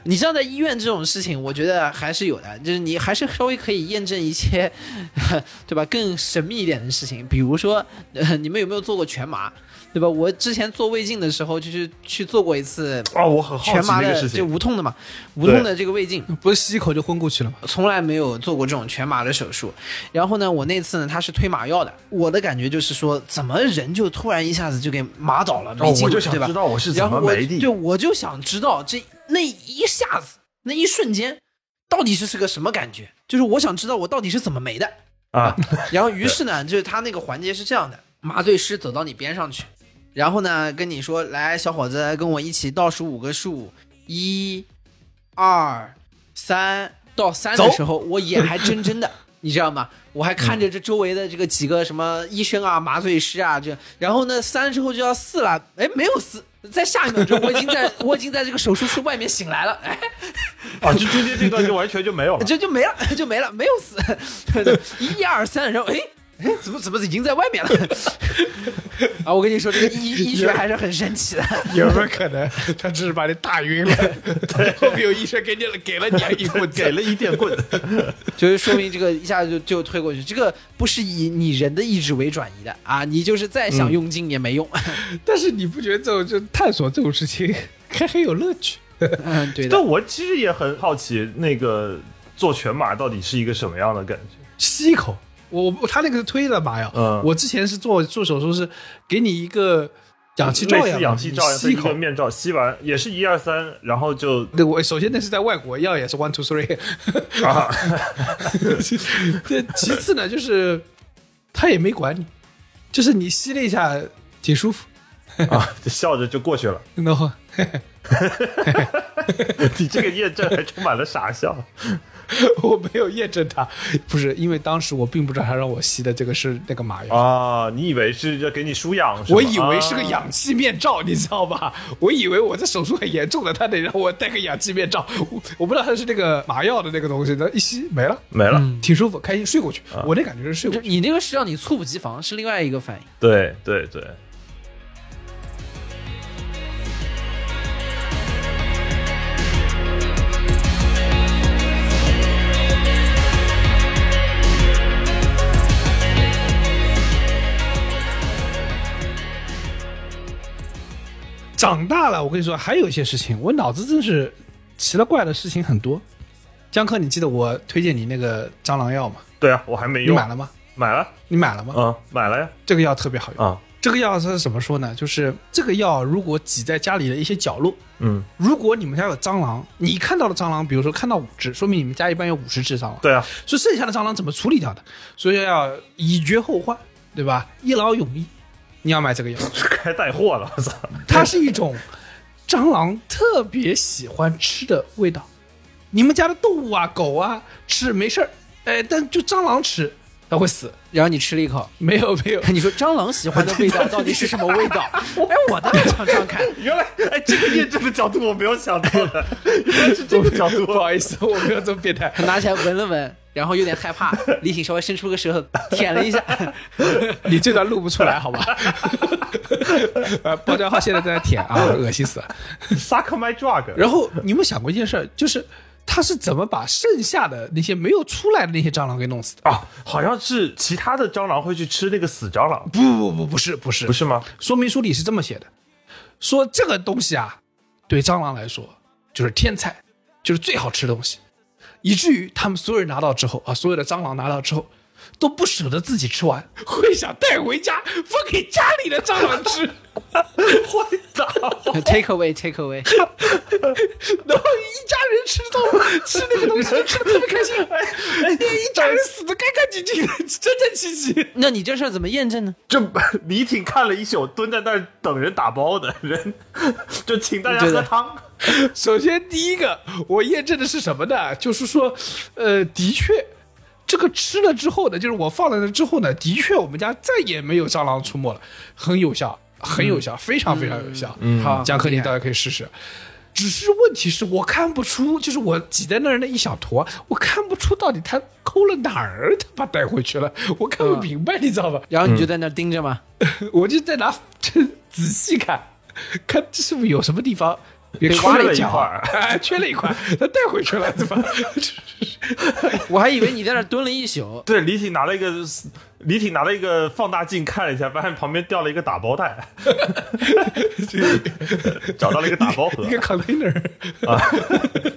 Speaker 5: 你像在医院这种事情，我觉得还是有的，就是你还是稍微可以验证一些， *laughs* 对吧？更神秘一点的事情，比如说，呃、你们有没有做过全麻？对吧？我之前做胃镜的时候，就是去做过一次
Speaker 6: 哦，我很好
Speaker 5: 全
Speaker 6: 奇
Speaker 5: 麻
Speaker 6: 这个
Speaker 5: 的
Speaker 6: 事
Speaker 5: 就
Speaker 6: 情。
Speaker 5: 无痛的嘛，无痛的这个胃镜，
Speaker 4: *laughs* 不是吸一口就昏过去了吗？
Speaker 5: 从来没有做过这种全麻的手术。然后呢，我那次呢，他是推麻药的，我的感觉就是说，怎么人就突然一下子就给麻倒了，没劲了、对吧？
Speaker 6: 道哦我是
Speaker 5: 然后我对，我就想知道这那一下子那一瞬间到底是是个什么感觉，就是我想知道我到底是怎么没的。
Speaker 4: *laughs*
Speaker 6: 啊，
Speaker 5: *laughs* 然后于是呢，就是他那个环节是这样的：麻醉师走到你边上去，然后呢跟你说：“来，小伙子，跟我一起倒数五个数，一、二、三。”到三的时候，我眼还睁睁的， *laughs* 你知道吗？我还看着这周围的这个几个什么医生啊、麻醉师啊，这然后呢，三之后就要四了，哎，没有四，在下一秒钟，我已经在 *laughs* 我已经在这个手术室外面醒来了，哎，
Speaker 6: 啊，这中间这段就完全就
Speaker 4: *laughs*
Speaker 6: 没有了。
Speaker 5: 就就没了， *laughs* 就没了，没有死。一二三，然后哎哎，怎么怎么已经在外面了？ *laughs* 啊，我跟你说，这个医医学还是很神奇的。
Speaker 4: *laughs*
Speaker 5: *laughs*
Speaker 4: 有没有可能他只是把你打晕 *laughs* 了？后面有医生给你给了你一 *laughs* 棍，
Speaker 6: 给了一电棍，
Speaker 5: 就是说明这个一下就就推过去，这个不是以你人的意志为转移的啊，你就是再想用劲也没用。 *laughs*
Speaker 4: 但是你不觉得这种就探索这种事情 *laughs* 还很有乐趣？
Speaker 5: 嗯，对的
Speaker 6: 但，我其实也很好奇，那个做全麻到底是一个什么样的感觉？
Speaker 4: 吸一口。我我他那个是推的麻药，
Speaker 6: 嗯
Speaker 4: 我之前是做做手术是给你一个氧气罩
Speaker 6: 类
Speaker 4: 呀，
Speaker 6: 似氧气罩
Speaker 4: 你
Speaker 6: 样的
Speaker 4: 吸一
Speaker 6: 一
Speaker 4: 口
Speaker 6: 个。面罩，吸完也是一二三，然
Speaker 4: *laughs*
Speaker 6: 后就
Speaker 4: 对，我首先那是在外国，药也是 one two three，
Speaker 6: *laughs* 啊，
Speaker 4: *laughs* 对，其次呢就是他也没管你，就是你吸了一下挺舒服，
Speaker 6: 啊，就笑着就过
Speaker 4: *laughs*
Speaker 6: 去了。
Speaker 4: 然后
Speaker 6: 你这个验证还充满了傻笑。
Speaker 4: 我没有验证它，不是因为当时我并不知道他让我吸的这个是那个麻药。
Speaker 6: *laughs* 啊，你以为是要给你输氧是吗？
Speaker 4: 我以为是个
Speaker 6: 啊
Speaker 4: 氧气面罩，你知道吧？ *laughs* 我以为我这手术很严重的，他得让我戴个氧气面罩。我我不知道他是那个麻药的那个东西，那一吸没了，
Speaker 6: 没了。
Speaker 4: 挺舒服，开心睡过去。我那感觉是睡过
Speaker 5: 就
Speaker 4: 去。
Speaker 5: 你那个是让你猝不及防，是另外一个反应。
Speaker 6: 对对对，
Speaker 4: 长大了，我跟你说，还有一些事情，我脑子真是奇了怪的事情很多。江科，你记得我推荐你那个蟑螂药吗？
Speaker 6: 对啊，我还没
Speaker 4: 你
Speaker 6: 用。
Speaker 4: 买了吗？
Speaker 6: 买了，
Speaker 4: 你买了吗？
Speaker 6: 嗯，买了呀，
Speaker 4: 这个药特别好用。
Speaker 6: 啊，
Speaker 4: 这个药它是怎么说呢？就是这个药如果挤在家里的一些角落，
Speaker 6: 嗯，
Speaker 4: 如果你们家有蟑螂，你看到了蟑螂，比如说看到五只，说明你们家一般有五十只蟑螂。
Speaker 6: 对啊，
Speaker 4: 所以剩下的蟑螂怎么处理掉的？所以要以绝后患，对吧？一劳永逸，你要买这个药，
Speaker 6: 该带货了，我操！
Speaker 4: 它是一种蟑螂特别喜欢吃的味道。你们家的动物啊，狗啊，吃没事儿，哎，但就蟑螂吃，它会死。
Speaker 5: 然后你吃了一口，
Speaker 4: 没有没
Speaker 6: *laughs*
Speaker 4: 有，
Speaker 5: *laughs* 你说蟑螂喜欢的 *laughs* 味道到底是什么味 *laughs* 道？哎，我倒要尝尝看。
Speaker 6: 原来，哎，这个验证的角度我没有想到的， *laughs* 原来是这个角度。
Speaker 4: 不好意思，我没有这么变态。
Speaker 5: 他拿起来闻了闻，然后有点害怕，李挺稍微伸出个舌头舔了一 *laughs* 下。
Speaker 4: *laughs* 你这段录不出来，好吧？ *laughs* 呃，包浆浩现在在那舔啊， *laughs* 恶心死了。
Speaker 6: Suck my drug，
Speaker 4: 然后你有没有想过一件事儿，就是他是怎么把剩下的那些没有出来的那些蟑螂给弄死的？
Speaker 6: *laughs* 啊，好像是其他的蟑螂会去吃那个死蟑螂，
Speaker 4: 不不不，不是不是
Speaker 6: 不，是吗？
Speaker 4: 说明书里是这么写的，说这个东西啊，对蟑螂来说就是天菜，就是最好吃的东西，以至于他们所有人拿到之后啊，所有的蟑螂拿到之后。都不舍得自己吃完，会想带回家分给家里的蟑螂吃。坏蛋！
Speaker 5: take away take away，
Speaker 4: *laughs* 然后一家人吃到吃那个 *laughs* 东西，吃的特别开心，哎，一家人死的干干净 *laughs* 净的，整整齐齐。
Speaker 5: 那你这事儿怎么验证呢？
Speaker 6: 这李挺看了一宿，蹲在那儿等人打包的人， *laughs* 就请大家
Speaker 5: 对
Speaker 6: 喝
Speaker 5: 的
Speaker 6: 汤。
Speaker 4: *laughs* 首先第一个，我验证的是什么呢？就是说，呃，的确。这个吃了之后呢，就是我放了之后呢，的确我们家再也没有蟑螂出没了，很有效，很有效，非常非常有效。嗯，
Speaker 5: 好
Speaker 4: 讲课
Speaker 5: 厉
Speaker 4: 你
Speaker 5: 害
Speaker 4: 大家可以试试。只是问题是我看不出，就是我挤在那儿那一小坨，我看不出到底他抠了哪儿，他把带回去了，我看不明白，你知道吧？
Speaker 5: 然后你就在那儿盯着嘛。
Speaker 4: 我就在拿 *laughs* 仔细看，看这是不是有什么地方被
Speaker 6: 挖了一
Speaker 4: 角
Speaker 6: 块儿
Speaker 4: *laughs* 哎，缺了一块，他带回去了，对
Speaker 6: *laughs*
Speaker 4: 吧？
Speaker 5: 我还以为你在那儿蹲了一 *laughs* 宿。
Speaker 6: *laughs* 对，李挺拿了一个，李挺拿了一个放大镜看了一下，发现旁边掉了一个打包袋， *laughs* 找到了一个打包盒 *laughs*
Speaker 4: 一。个 container，
Speaker 6: 啊！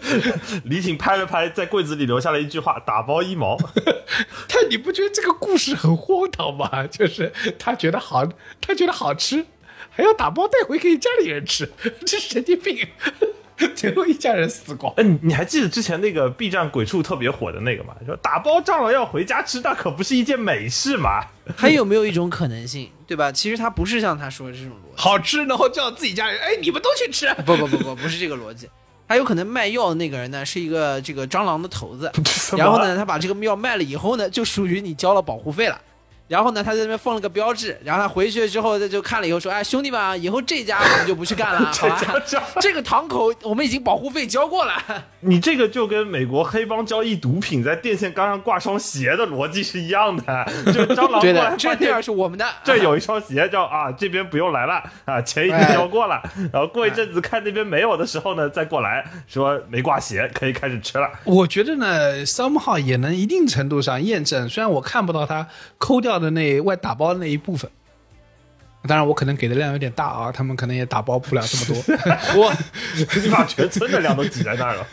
Speaker 6: *laughs* 李挺拍了拍在柜子里留下了一句话：“打包一毛。 *laughs*
Speaker 4: 但你不觉得这个故事很荒唐吗？就是他觉得好，他觉得好吃，还要打包带回给家里人吃，这神经病！ *laughs* 最后一家人死光”。
Speaker 6: 哎，你你还记得之前那个 B 站鬼畜特别火的那个吗？说打包蟑螂要回家吃，那可不是一件美事嘛！
Speaker 5: 还有没有一种可能性，对吧？其实他不是像他说的这种逻辑，
Speaker 4: 好吃，然后叫自己家人，哎，你们都去吃。
Speaker 5: *laughs* 不不不不，不是这个逻辑。他有可能卖药的那个人呢，是一个这个蟑螂的头 *laughs* 子，
Speaker 6: 什么
Speaker 5: 然后呢，他把这个庙卖了以后呢，就属于你交了保护费了。然后呢，他在那边放了个标志，然后他回去之后，他就看了以后说：“哎，兄弟们啊，以后这家我们就不去干了，好吧？
Speaker 6: 这家
Speaker 5: *laughs* 这个堂口我们已经保护费交过了。
Speaker 6: 你这个就跟美国黑帮交易毒品在电线杆上挂双鞋的逻辑是一样的，就蟑螂过
Speaker 5: 对
Speaker 6: 来
Speaker 5: 的 *laughs*
Speaker 6: 发，
Speaker 5: 这
Speaker 6: 现
Speaker 5: 地儿是我们的。
Speaker 6: 这有一双鞋叫啊，这边不用来了啊，钱已经
Speaker 5: 哎
Speaker 6: 交过了。然后过一阵子看那边没有的时候呢，再过来说没挂鞋，可以开始吃了。 *laughs*
Speaker 4: 我觉得呢，somehow 也能一定程度上验证，虽然我看不到他抠掉的那外打包的那一部分。当然，我可能给的量有点大啊，他们可能也打包不了这么多。
Speaker 5: 我
Speaker 6: 你把全村的粮都挤在那儿了，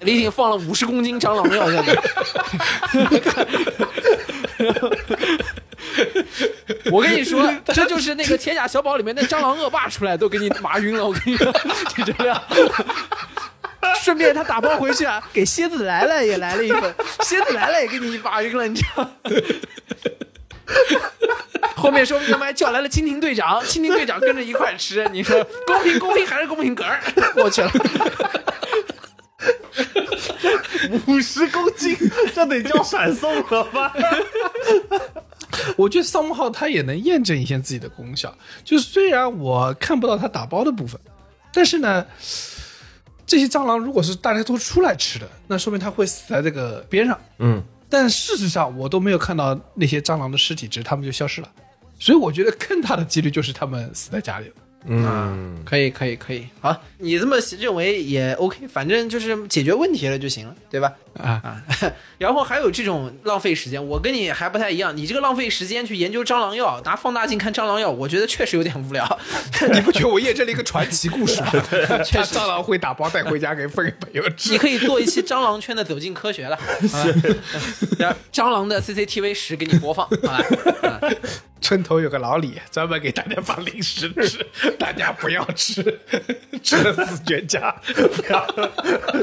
Speaker 5: 李挺放了五十公斤蟑螂药在 *laughs* 那儿。我跟你说，这就是那个《铁甲小宝》里面那蟑螂恶霸出来都给你麻晕了。我跟你说，你这样。 *laughs* 顺便他打包回去啊，给蝎子来了也来了一份，蝎子来了也给你麻晕了，你知道。 *laughs* 后面说不定他们还叫来了蜻蜓队长，蜻蜓队长跟着一块儿吃，你说 *laughs* 公平公平还是公平格儿过去了。
Speaker 6: 五十公斤，这得叫闪送了吧？
Speaker 4: 我觉得 somehow 它也能验证一些自己的功效。就虽然我看不到它打包的部分，但是呢，这些蟑螂如果是大家都出来吃的，那说明它会死在这个边上。
Speaker 6: 嗯，
Speaker 4: 但事实上我都没有看到那些蟑螂的尸体值，它们就消失了。所以我觉得更大的几率就是它们死在家里了。
Speaker 6: 嗯，
Speaker 5: 可以，可以，可以。好，你这么认为也 OK，反正就是解决问题了就行了，对吧？
Speaker 4: 啊，
Speaker 5: *laughs* 然后还有这种浪费时间，我跟你还不太一样，你这个浪费时间去研究蟑螂药，拿放大镜看蟑螂药，我觉得确实有点无聊。 *laughs*
Speaker 4: 你不觉得我验证了一个传奇故 *laughs* 事吗？确实，蟑螂会打包带回家给分给朋友
Speaker 5: 你
Speaker 4: 吃。
Speaker 5: 可以做一期蟑螂圈的走进科学了，好 *laughs* 吧？然后蟑螂的 CCTV 十给你播放，好吧？啊
Speaker 4: 村头有个老李，专门给大家发零食 *laughs* 吃，大家不要吃， *laughs* 吃了死全 *laughs* 家。
Speaker 6: *laughs*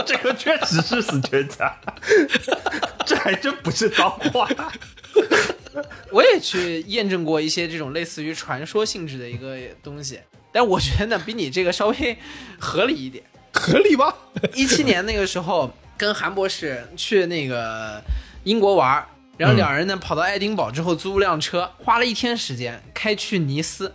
Speaker 6: 这个确实是死全家， *laughs* 这还真不是脏话。
Speaker 5: *laughs* 我也去验证过一些这种类似于传说性质的一个东西，但我觉得比你这个稍微合理一点。
Speaker 4: 合理吗？
Speaker 5: 一七年那个时候，跟韩博士去那个英国玩儿，然后两人呢跑到爱丁堡之后租辆车，花了一天时间开去尼斯。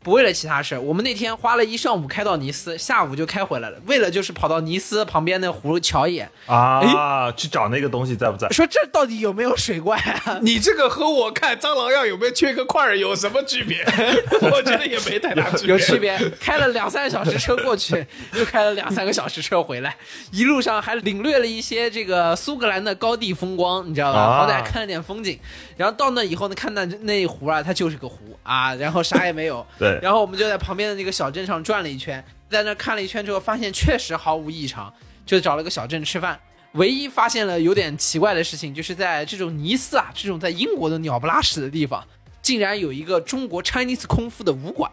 Speaker 5: 不为了其他事儿，我们那天花了一上午开到尼斯，下午就开回来了，为了就是跑到尼斯旁边的湖瞧一眼，
Speaker 6: 啊，去找那个东西在不在？
Speaker 5: 说这到底有没有水怪啊？
Speaker 4: *laughs* 你这个和我看蟑螂药有没有缺个块儿有什么区别？
Speaker 5: *laughs*
Speaker 4: 我觉得也没太大区别。
Speaker 5: 有区别，开了两三个小时车过去，又开了两三个小时车回来，一路上还领略了一些这个苏格兰的高地风光，你知道吧？
Speaker 6: 啊
Speaker 5: 好歹看了点风景。然后到那以后呢，看那那一湖啊，它就是个湖啊，然后啥也没有。
Speaker 6: *laughs* 对
Speaker 5: 然后我们就在旁边的那个小镇上转了一圈，在那看了一圈之后，发现确实毫无异常，就找了个小镇吃饭。唯一发现了有点奇怪的事情，就是在这种尼斯啊，这种在英国的鸟不拉屎的地方，竟然有一个中国 Chinese 空腹的武馆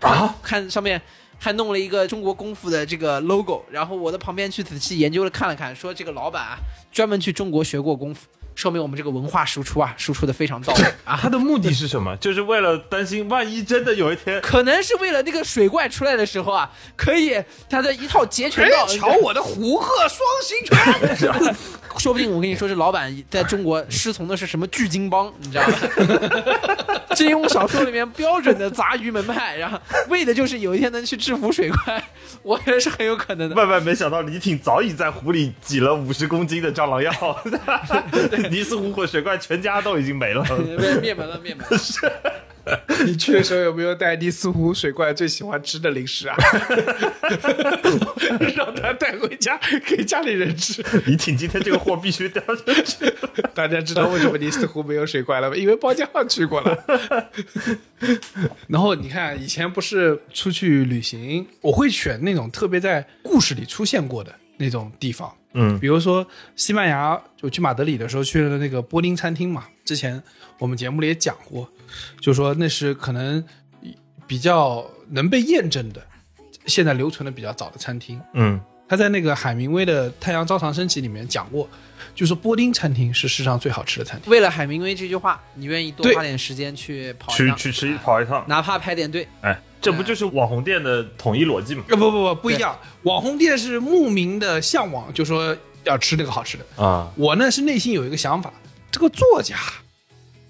Speaker 5: 啊！看上面还弄了一个中国功夫的这个 logo，然后我在旁边去仔细研究了看了看，说这个老板啊，专门去中国学过功夫，说明我们这个文化输出啊，输出的非常到位啊。
Speaker 6: 他的目的是什 *laughs* 么？就是为了担心，万一真的有一天， *laughs*
Speaker 5: 可能是为了那个水怪出来的时候啊，可以他的一套截拳道，
Speaker 4: 哎瞧
Speaker 5: *laughs*
Speaker 4: 我的胡鹤双形拳！啊
Speaker 5: 说不定我跟你说，这老板在中国师从的是什么巨金帮，你
Speaker 4: *laughs*
Speaker 5: 知道吧？金庸小说里面标准的杂鱼门派，然后为的就是有一天能去制服水怪，我觉得是很有可能
Speaker 4: *laughs*
Speaker 5: 的。
Speaker 6: 万万没想到李挺早已在湖里挤了五十公斤的蟑螂 *laughs* 药，尼斯湖火水怪全家都已经 *laughs* 没了。
Speaker 5: 被灭门了，灭门了！
Speaker 4: 你去的时候有没有带尼斯湖水怪最喜欢吃的零食啊？ *laughs* 让他带回家给家里人吃。
Speaker 6: 李挺今天这个货必须掉下去。
Speaker 4: *laughs* 大家知道为什么尼斯湖没有水怪了吗？因为包家浩去过了。 *laughs* 然后你看，以前不是出去旅行，我会选那种特别在故事里出现过的那种地方。
Speaker 6: 嗯
Speaker 4: 比如说西班牙，我去马德里的时候去了那个波丁餐厅嘛，之前我们节目里也讲过，就说那是可能比较能被验证的，现在留存的比较早的餐厅。
Speaker 6: 嗯
Speaker 4: 他在那个海明威的《太阳照常升起》里面讲过，就说波丁餐厅是世上最好吃的餐厅。
Speaker 5: 为了海明威这句话，你愿意多
Speaker 4: 对
Speaker 5: 花点时间去跑一
Speaker 6: 去
Speaker 5: 趟
Speaker 6: 去吃跑一趟，
Speaker 5: 哪怕排点队，
Speaker 6: 哎，这不就是网红店的统一逻辑吗？
Speaker 4: 呃，不不不，不一样。网红店是慕名的向往，就说要吃那个好吃的。
Speaker 6: 啊，
Speaker 4: 我呢是内心有一个想法，这个作家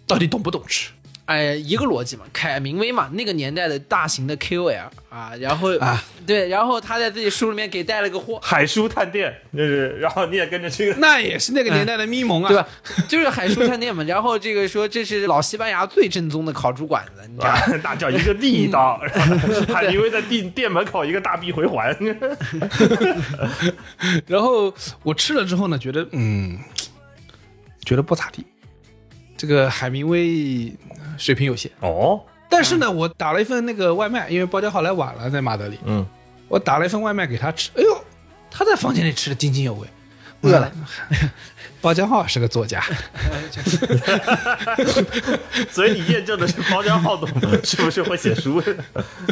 Speaker 4: 到底懂不懂吃
Speaker 5: 哎，一个逻辑嘛，凯明威嘛，那个年代的大型的 KOL 啊，然后
Speaker 4: 啊？
Speaker 5: 对，然后他在自己书里面给带了个
Speaker 6: *laughs*
Speaker 5: 货，
Speaker 6: 海叔探店就是，然后你也跟着去。
Speaker 4: 那也是那个年代的咪蒙啊，
Speaker 5: 对吧？就是海叔探店嘛，然后这个说这是老西班牙最正宗的烤猪馆子，你知道
Speaker 6: *laughs* 啊
Speaker 5: 吧？，
Speaker 6: 嗯 *laughs* 那叫一个地道！然后 *laughs* 海明威在店店门口一个大臂回环， *laughs*
Speaker 4: 然后我吃了之后呢，觉得嗯，觉得不咋地。这个海明威水平有限，
Speaker 6: 哦，
Speaker 4: 但是呢，我打了一份那个外卖，因为包家浩来晚了，在马德里，
Speaker 6: 嗯，
Speaker 4: 我打了一份外卖给他吃，哎呦，他在房间里吃的津津有味，饿了。 *laughs* 包家浩是个作家，
Speaker 6: 所以你验证的是包浆浩 *laughs* 董是不是会写书？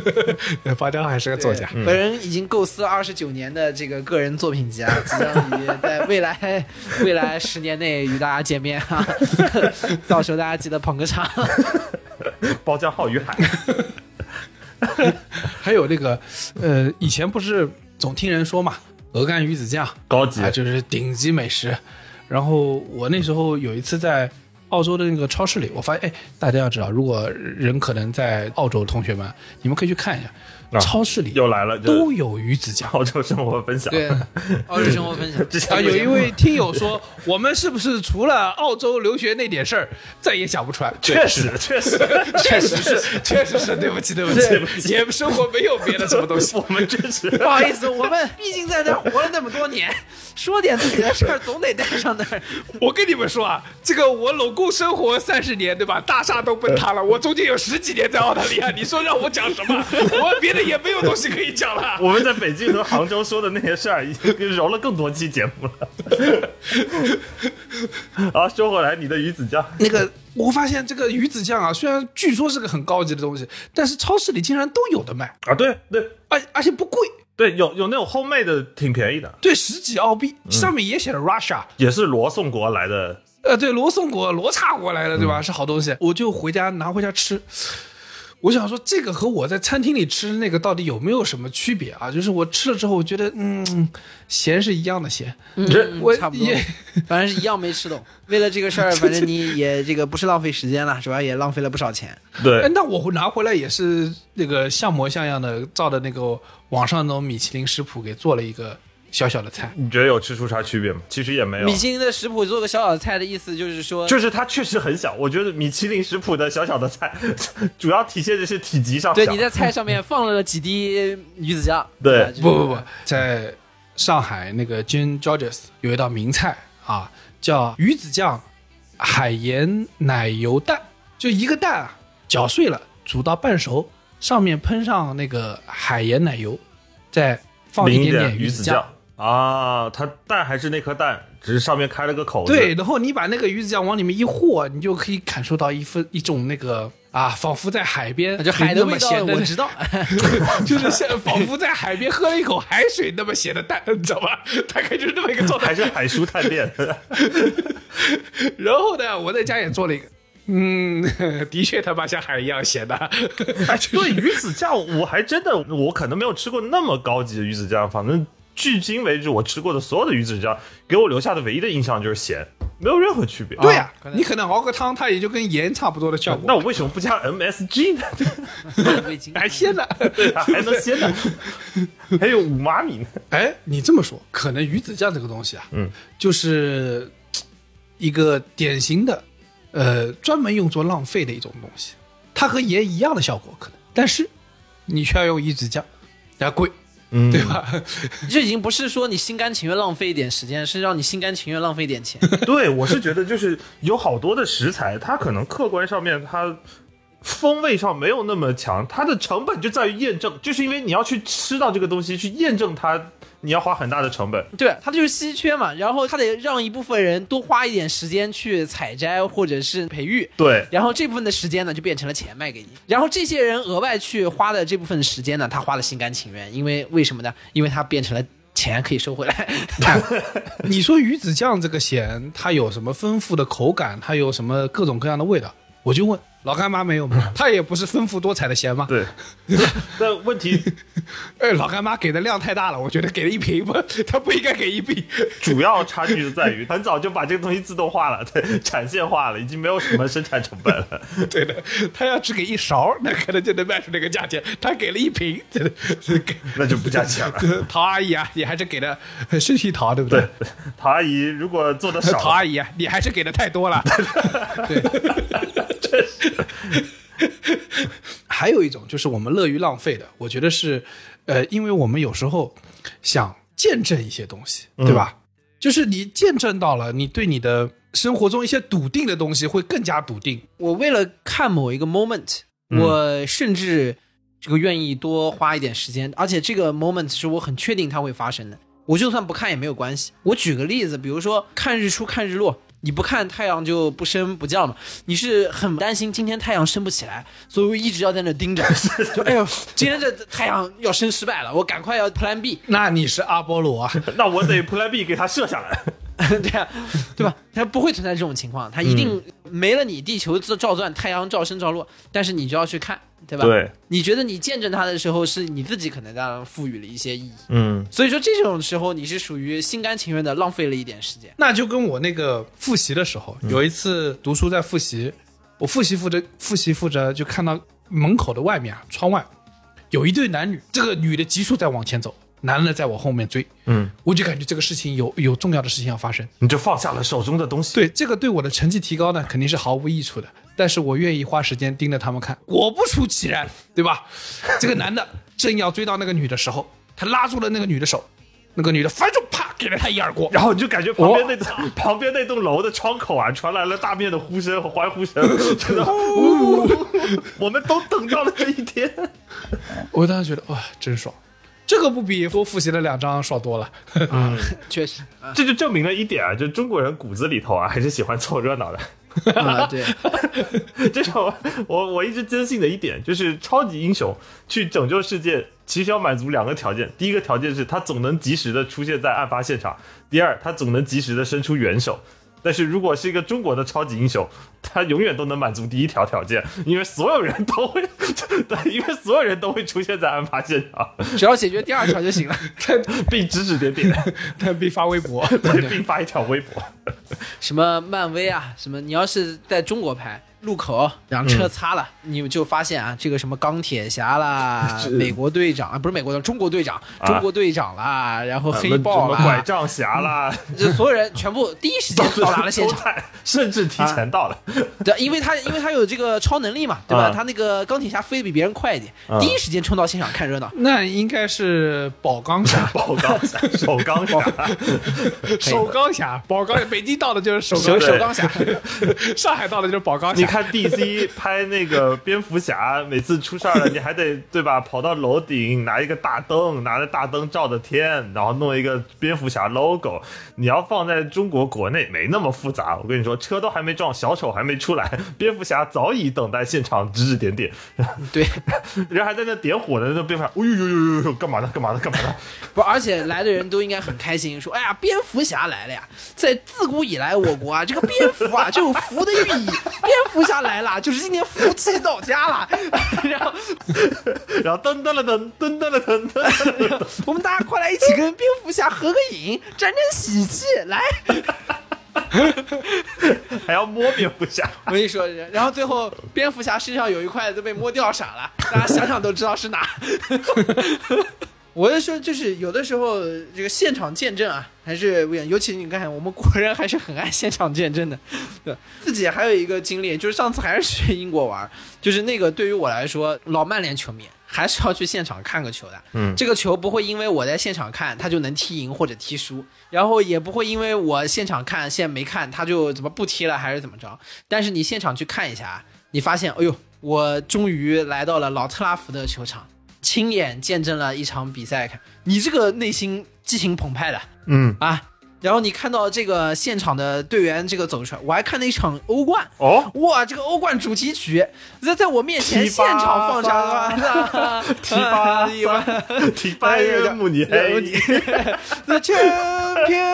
Speaker 4: *laughs* 包家浩还是个作家。
Speaker 5: 本人已经构思二十九年的这个个人作品集啊，即将于在未来 *laughs* 未来十年内与大家见面啊， *laughs* 到时候大家记得捧个场。
Speaker 6: *laughs* 包浆浩与海，
Speaker 4: 还有那个，呃，以前不是总听人说嘛，鹅肝鱼子酱，
Speaker 6: 高级
Speaker 4: 啊，就是顶级美食。然后我那时候有一次在澳洲的那个超市里，我发现，哎，大家要知道，如果人可能在澳洲，同学们，你们可以去看一下，
Speaker 6: 啊
Speaker 4: 超市里
Speaker 6: 又来了，就是
Speaker 4: 都有鱼子酱。
Speaker 6: 澳洲生活分享。
Speaker 5: 对，澳洲生活分享。
Speaker 6: 之前
Speaker 4: 啊，有一
Speaker 6: 不是
Speaker 4: 位听友说， *laughs* 我们是不是除了澳洲留学那点事儿，再也想不出来？
Speaker 6: 确实确实
Speaker 4: 确实是， *laughs* 确实是，对不起，对不起， *laughs* 也生活没有别的什么
Speaker 6: *laughs*
Speaker 4: 东西。
Speaker 6: 我们支持。
Speaker 5: 不好意思，我们毕竟在这儿活了那么多年，说点自己的事儿总得带上点儿。
Speaker 4: 我跟你们说啊，这个我拢共生活三十年，对吧？大厦都崩塌了，我中间有十几年在澳大利亚，你说让我讲什么？我别的也没有东西可以讲了。
Speaker 6: 我们在北京和杭州说的那些事儿，已经揉了更多期节目 *laughs* 了。啊，说回来，你的鱼子酱，
Speaker 4: 那个，我发现这个鱼子酱啊，虽然据说是个很高级的东西，但是超市里竟然都有的卖，
Speaker 6: 啊，对对
Speaker 4: 而而且不贵，
Speaker 6: 对，有有那种 homemade 的，挺便宜的，
Speaker 4: 对，十几澳币，上面也写着 Russia，、
Speaker 6: 也是罗宋国来的。
Speaker 4: 呃，对，罗宋国罗刹国来的，对吧？是好东西，我就回家拿回家吃。我想说，这个和我在餐厅里吃的那个到底有没有什么区别啊？就是我吃了之后，我觉得，嗯，咸是一样的咸，
Speaker 6: 这
Speaker 4: 我
Speaker 5: 嗯差不多 *laughs*
Speaker 4: 也，
Speaker 5: 反正是一样没吃懂。为了这个事
Speaker 4: *laughs*
Speaker 5: 儿，反正你也这个不是浪费时间了，主要也浪费了不少钱。
Speaker 4: 哎
Speaker 6: 对，
Speaker 4: 那我拿回来也是那个像模像样的，照着那个网上那种米其林食谱给做了一个小小的菜。
Speaker 6: 你觉得有吃出啥区别吗？其实也
Speaker 4: 啊
Speaker 6: 没有
Speaker 5: 米。其林的食谱做个小小菜的意思就是说，
Speaker 6: 就是它确实很小，我觉得米其林食谱的小小的菜， *laughs* 主要体现的是体积上小。
Speaker 5: 对你在菜上面放了几滴鱼子酱。
Speaker 6: 对
Speaker 5: 啊就是
Speaker 4: 不不不，呃在上海那个 Jane Georges 有一道名菜啊，叫鱼子酱海盐奶油蛋，就一个蛋啊，搅碎了，煮到半熟，上面喷上那个海盐奶油，再放
Speaker 6: 淋
Speaker 4: 一点
Speaker 6: 点
Speaker 4: 鱼
Speaker 6: 子
Speaker 4: 酱。
Speaker 6: 啊，它蛋还是那颗蛋，只是上面开了个口子。
Speaker 4: 对，然后你把那个鱼子酱往里面一和，你就可以感受到一份一种那个啊，仿佛在海边
Speaker 5: 就海的
Speaker 4: 那
Speaker 5: 味
Speaker 4: 么
Speaker 5: 道
Speaker 4: 咸的
Speaker 5: 我知
Speaker 4: *laughs*
Speaker 5: 道， *laughs*
Speaker 4: 就是像仿佛在海边喝了一口海水那么咸的蛋， *laughs* 你知道吧？大概就是那么一个状态。
Speaker 6: 还是海叔探
Speaker 4: *laughs*
Speaker 6: 店。
Speaker 4: 然后呢，我在家也做了一个，嗯， *laughs* 的确他妈像海一样咸
Speaker 6: 啊
Speaker 4: 的， *laughs*
Speaker 6: 对鱼子酱，我还真的我可能没有吃过那么高级的鱼子酱，反正距今为止我吃过的所有的鱼子酱，给我留下的唯一的印象就是咸，没有任何区别。啊
Speaker 4: 对呀、
Speaker 5: 可能
Speaker 4: 你可能熬个汤，它也就跟盐差不多的效果，
Speaker 6: 那我为什么不加 MSG 呢？
Speaker 5: 味精。
Speaker 4: 还鲜呢。
Speaker 6: 对啊，还能
Speaker 4: *laughs*
Speaker 6: 鲜呢，还有五妈米呢。
Speaker 4: 哎，你这么说，可能鱼子酱这个东西啊，
Speaker 6: 嗯，
Speaker 4: 就是嘖一个典型的，呃，专门用作浪费的一种东西。它和盐一样的效果可能，但是你却要用鱼子酱，然后
Speaker 6: *laughs*
Speaker 4: 贵，
Speaker 6: 嗯，
Speaker 4: 对吧？
Speaker 5: 这已经不是说你心甘情愿浪费一点时间，是让你心甘情愿浪费一点钱。
Speaker 6: 对，我是觉得就是有好多的食材，它可能客观上面它风味上没有那么强，它的成本就在于验证，就是因为你要去吃到这个东西，去验证它，你要花很大的成本。
Speaker 5: 对，它就是稀缺嘛，然后它得让一部分人多花一点时间去采摘或者是培育，
Speaker 6: 对，
Speaker 5: 然后这部分的时间呢就变成了钱卖给你，然后这些人额外去花的这部分时间呢，他花的心甘情愿，因为为什么呢？因为他变成了钱可以收回来。 *laughs*
Speaker 4: 你说鱼子酱这个咸，它有什么丰富的口感？它有什么各种各样的味道？我就问老干妈没有
Speaker 6: *laughs*
Speaker 4: 吗？它也不是丰富多彩的咸吗？
Speaker 6: 对， *laughs* 但问题
Speaker 4: 哎，老干妈给的量太大了，我觉得给了一瓶吧，它不应该给一币。
Speaker 6: 主要差距就在于，很早就把这个东西自动化了，对，产线化了，已经没有什么生产成本了。
Speaker 4: *laughs* 对的，它要只给一勺，那可能就能卖出那个价钱。它给了一瓶，真的是给
Speaker 6: *laughs* 那就不加钱了。
Speaker 4: *laughs* 陶阿姨啊，你还是给的是姓陶对不
Speaker 6: 对， *laughs* 陶阿姨如果做的
Speaker 4: 陶
Speaker 6: 少，
Speaker 4: 阿姨啊，你还是给的太多
Speaker 6: *laughs*
Speaker 4: 了。 *laughs* 对，还有一种就是我们乐于浪费的，我觉得是，呃，因为我们有时候想见证一些东西，
Speaker 6: 嗯
Speaker 4: 对吧？就是你见证到了，你对你的生活中一些笃定的东西会更加笃定。
Speaker 5: 我为了看某一个 moment，
Speaker 6: 嗯
Speaker 5: 我甚至这个愿意多花一点时间，而且这个 moment 是我很确定它会发生的，我就算不看也没有关系。我举个例子，比如说看日出、看日落。你不看太阳就不升不降嘛？你是很担心今天太阳升不起来，所以我一直要在那盯着，就哎呦，今天这太阳要升失败了，我赶快要 Plan B，
Speaker 4: 那你是阿波罗啊？
Speaker 6: 那我得 Plan B 给它设下来。
Speaker 5: *laughs* 对啊，对吧？它不会存在这种情况，它一定没了你，地球自照转，太阳照升照落，但是你就要去看，对吧？
Speaker 6: 对，
Speaker 5: 你觉得你见证它的时候，是你自己可能当然赋予了一些意义。
Speaker 6: 嗯，
Speaker 5: 所以说这种时候，你是属于心甘情愿的浪费了一点时间。
Speaker 4: 那就跟我那个复习的时候，
Speaker 6: 嗯
Speaker 4: 有一次读书在复习，我复习复着复习复着，就看到门口的外面啊，窗外有一对男女，这个女的急速在往前走，男的在我后面追，
Speaker 6: 嗯，
Speaker 4: 我就感觉这个事情有有重要的事情要发生。
Speaker 6: 你就放下了手中的东西。，
Speaker 4: 对这个对我的成绩提高呢，肯定是毫无益处的，但是我愿意花时间盯着他们看。果不出其然，对
Speaker 6: *laughs*
Speaker 4: 吧？这个男的正要追到那个女的时候，他拉住了那个女的手，那个女的反手啪给了他一耳光。
Speaker 6: 然后你就感觉旁边那栋、 *laughs* 旁边那栋楼的窗口啊，传来了大面的呼声和欢呼声，真的，呜 *laughs* 我们都等到了这一天。
Speaker 4: 我当时觉得哇，真爽！这个不比多复习了两章爽多了。
Speaker 5: 确实啊、
Speaker 6: 这就证明了一点啊，就中国人骨子里头啊，还是喜欢凑热闹的。
Speaker 5: 啊对，
Speaker 6: *laughs* 这是我我我一直坚信的一点，就是超级英雄去拯救世界，其实要满足两个条件。第一个条件是他总能及时的出现在案发现场；第二，他总能及时的伸出援手。但是如果是一个中国的超级英雄，他永远都能满足第一条条件，因为所有人都会， *laughs* 对，因为所有人都会出现在案发现场，
Speaker 5: *laughs* 只要解决第二条就行 *laughs* 了。
Speaker 6: 并指指点点，
Speaker 4: 但被发微博， *laughs*
Speaker 6: *laughs* 对，并发一条微博。
Speaker 5: 什么漫威啊，什么你要是在中国拍路
Speaker 6: 嗯
Speaker 5: 口，然后车擦了，你就发现啊，这个什么钢铁侠啦
Speaker 6: *laughs* 是，
Speaker 5: 美国队长啊，不是美国队长，中国队长，中国队长啦，然后黑
Speaker 6: 什
Speaker 5: 豹
Speaker 6: 么拐
Speaker 5: 啦，
Speaker 6: 杖侠啦，
Speaker 5: 就所有人全部第一时间到达了现场
Speaker 6: *laughs* 都。在，甚至提前到了。
Speaker 5: 对，因为他因为他有这个超能力嘛，对吧？
Speaker 6: 嗯，
Speaker 5: 他那个钢铁侠飞得比别人快一点，第一时间冲到现场看热闹。
Speaker 4: 那应该是宝钢侠
Speaker 6: *laughs* 宝钢侠，首钢侠，
Speaker 4: 首钢侠，宝钢，北京到的就是首
Speaker 5: 首
Speaker 4: 钢
Speaker 5: 首钢侠，
Speaker 4: 侠， *laughs* 上海到的就是宝钢侠。
Speaker 6: 你看 DC 拍那个蝙蝠侠，每次出事儿了，你还得对吧？跑到楼顶拿一个大灯，拿着大灯照着天，然后弄一个蝙蝠侠 logo。你要放在中国国内没那么复杂，我跟你说，车都还没撞，小丑还没出来，蝙蝠侠早已等待现场指指点点， *laughs*
Speaker 5: 对，
Speaker 6: 人还在那点火呢，那蝙蝠侠，哎呦呦呦呦呦，干嘛呢？干嘛呢？干嘛呢？ *laughs*
Speaker 5: 不，而且来的人都应该很开心，说：“哎呀，蝙蝠侠来了呀！在自古以来，我国啊，这个蝙蝠啊就有福的寓意，蝙蝠侠来了，就是今年福气到家了。”然后
Speaker 6: 然后噔噔了噔，噔噔了噔，噔噔了噔。
Speaker 5: 我们大家快来一起跟蝙蝠侠合个影，沾沾喜气。来，
Speaker 6: 还要摸蝙蝠侠，
Speaker 5: 我跟你说，然后最后蝙蝠侠身上有一块都被摸掉傻了，大家想想都知道是哪。我是说，就是有的时候这个现场见证啊，还是不一样。尤其你看，我们国人还是很爱现场见证的。对自己还有一个经历，就是上次还是去英国玩，就是那个对于我来说，老曼联球迷还是要去现场看个球的。
Speaker 6: 嗯
Speaker 5: 这个球不会因为我在现场看，他就能踢赢或者踢输，然后也不会因为我现场看现在没看，他就怎么不踢了还是怎么着。但是你现场去看一下，你发现，哎呦，我终于来到了老特拉福德球场。亲眼见证了一场比赛，看你这个内心激情澎湃的，
Speaker 6: 嗯，
Speaker 5: 啊。然后你看到这个现场的队员这个走出来，我还看了一场欧冠，
Speaker 6: 哦，
Speaker 5: 哇，这个欧冠主题曲在在我面前
Speaker 6: 提
Speaker 5: 现
Speaker 6: 巴
Speaker 5: 场放啊啥吧？ *laughs*
Speaker 6: 提巴萨，提拜仁慕尼黑，
Speaker 5: 那全篇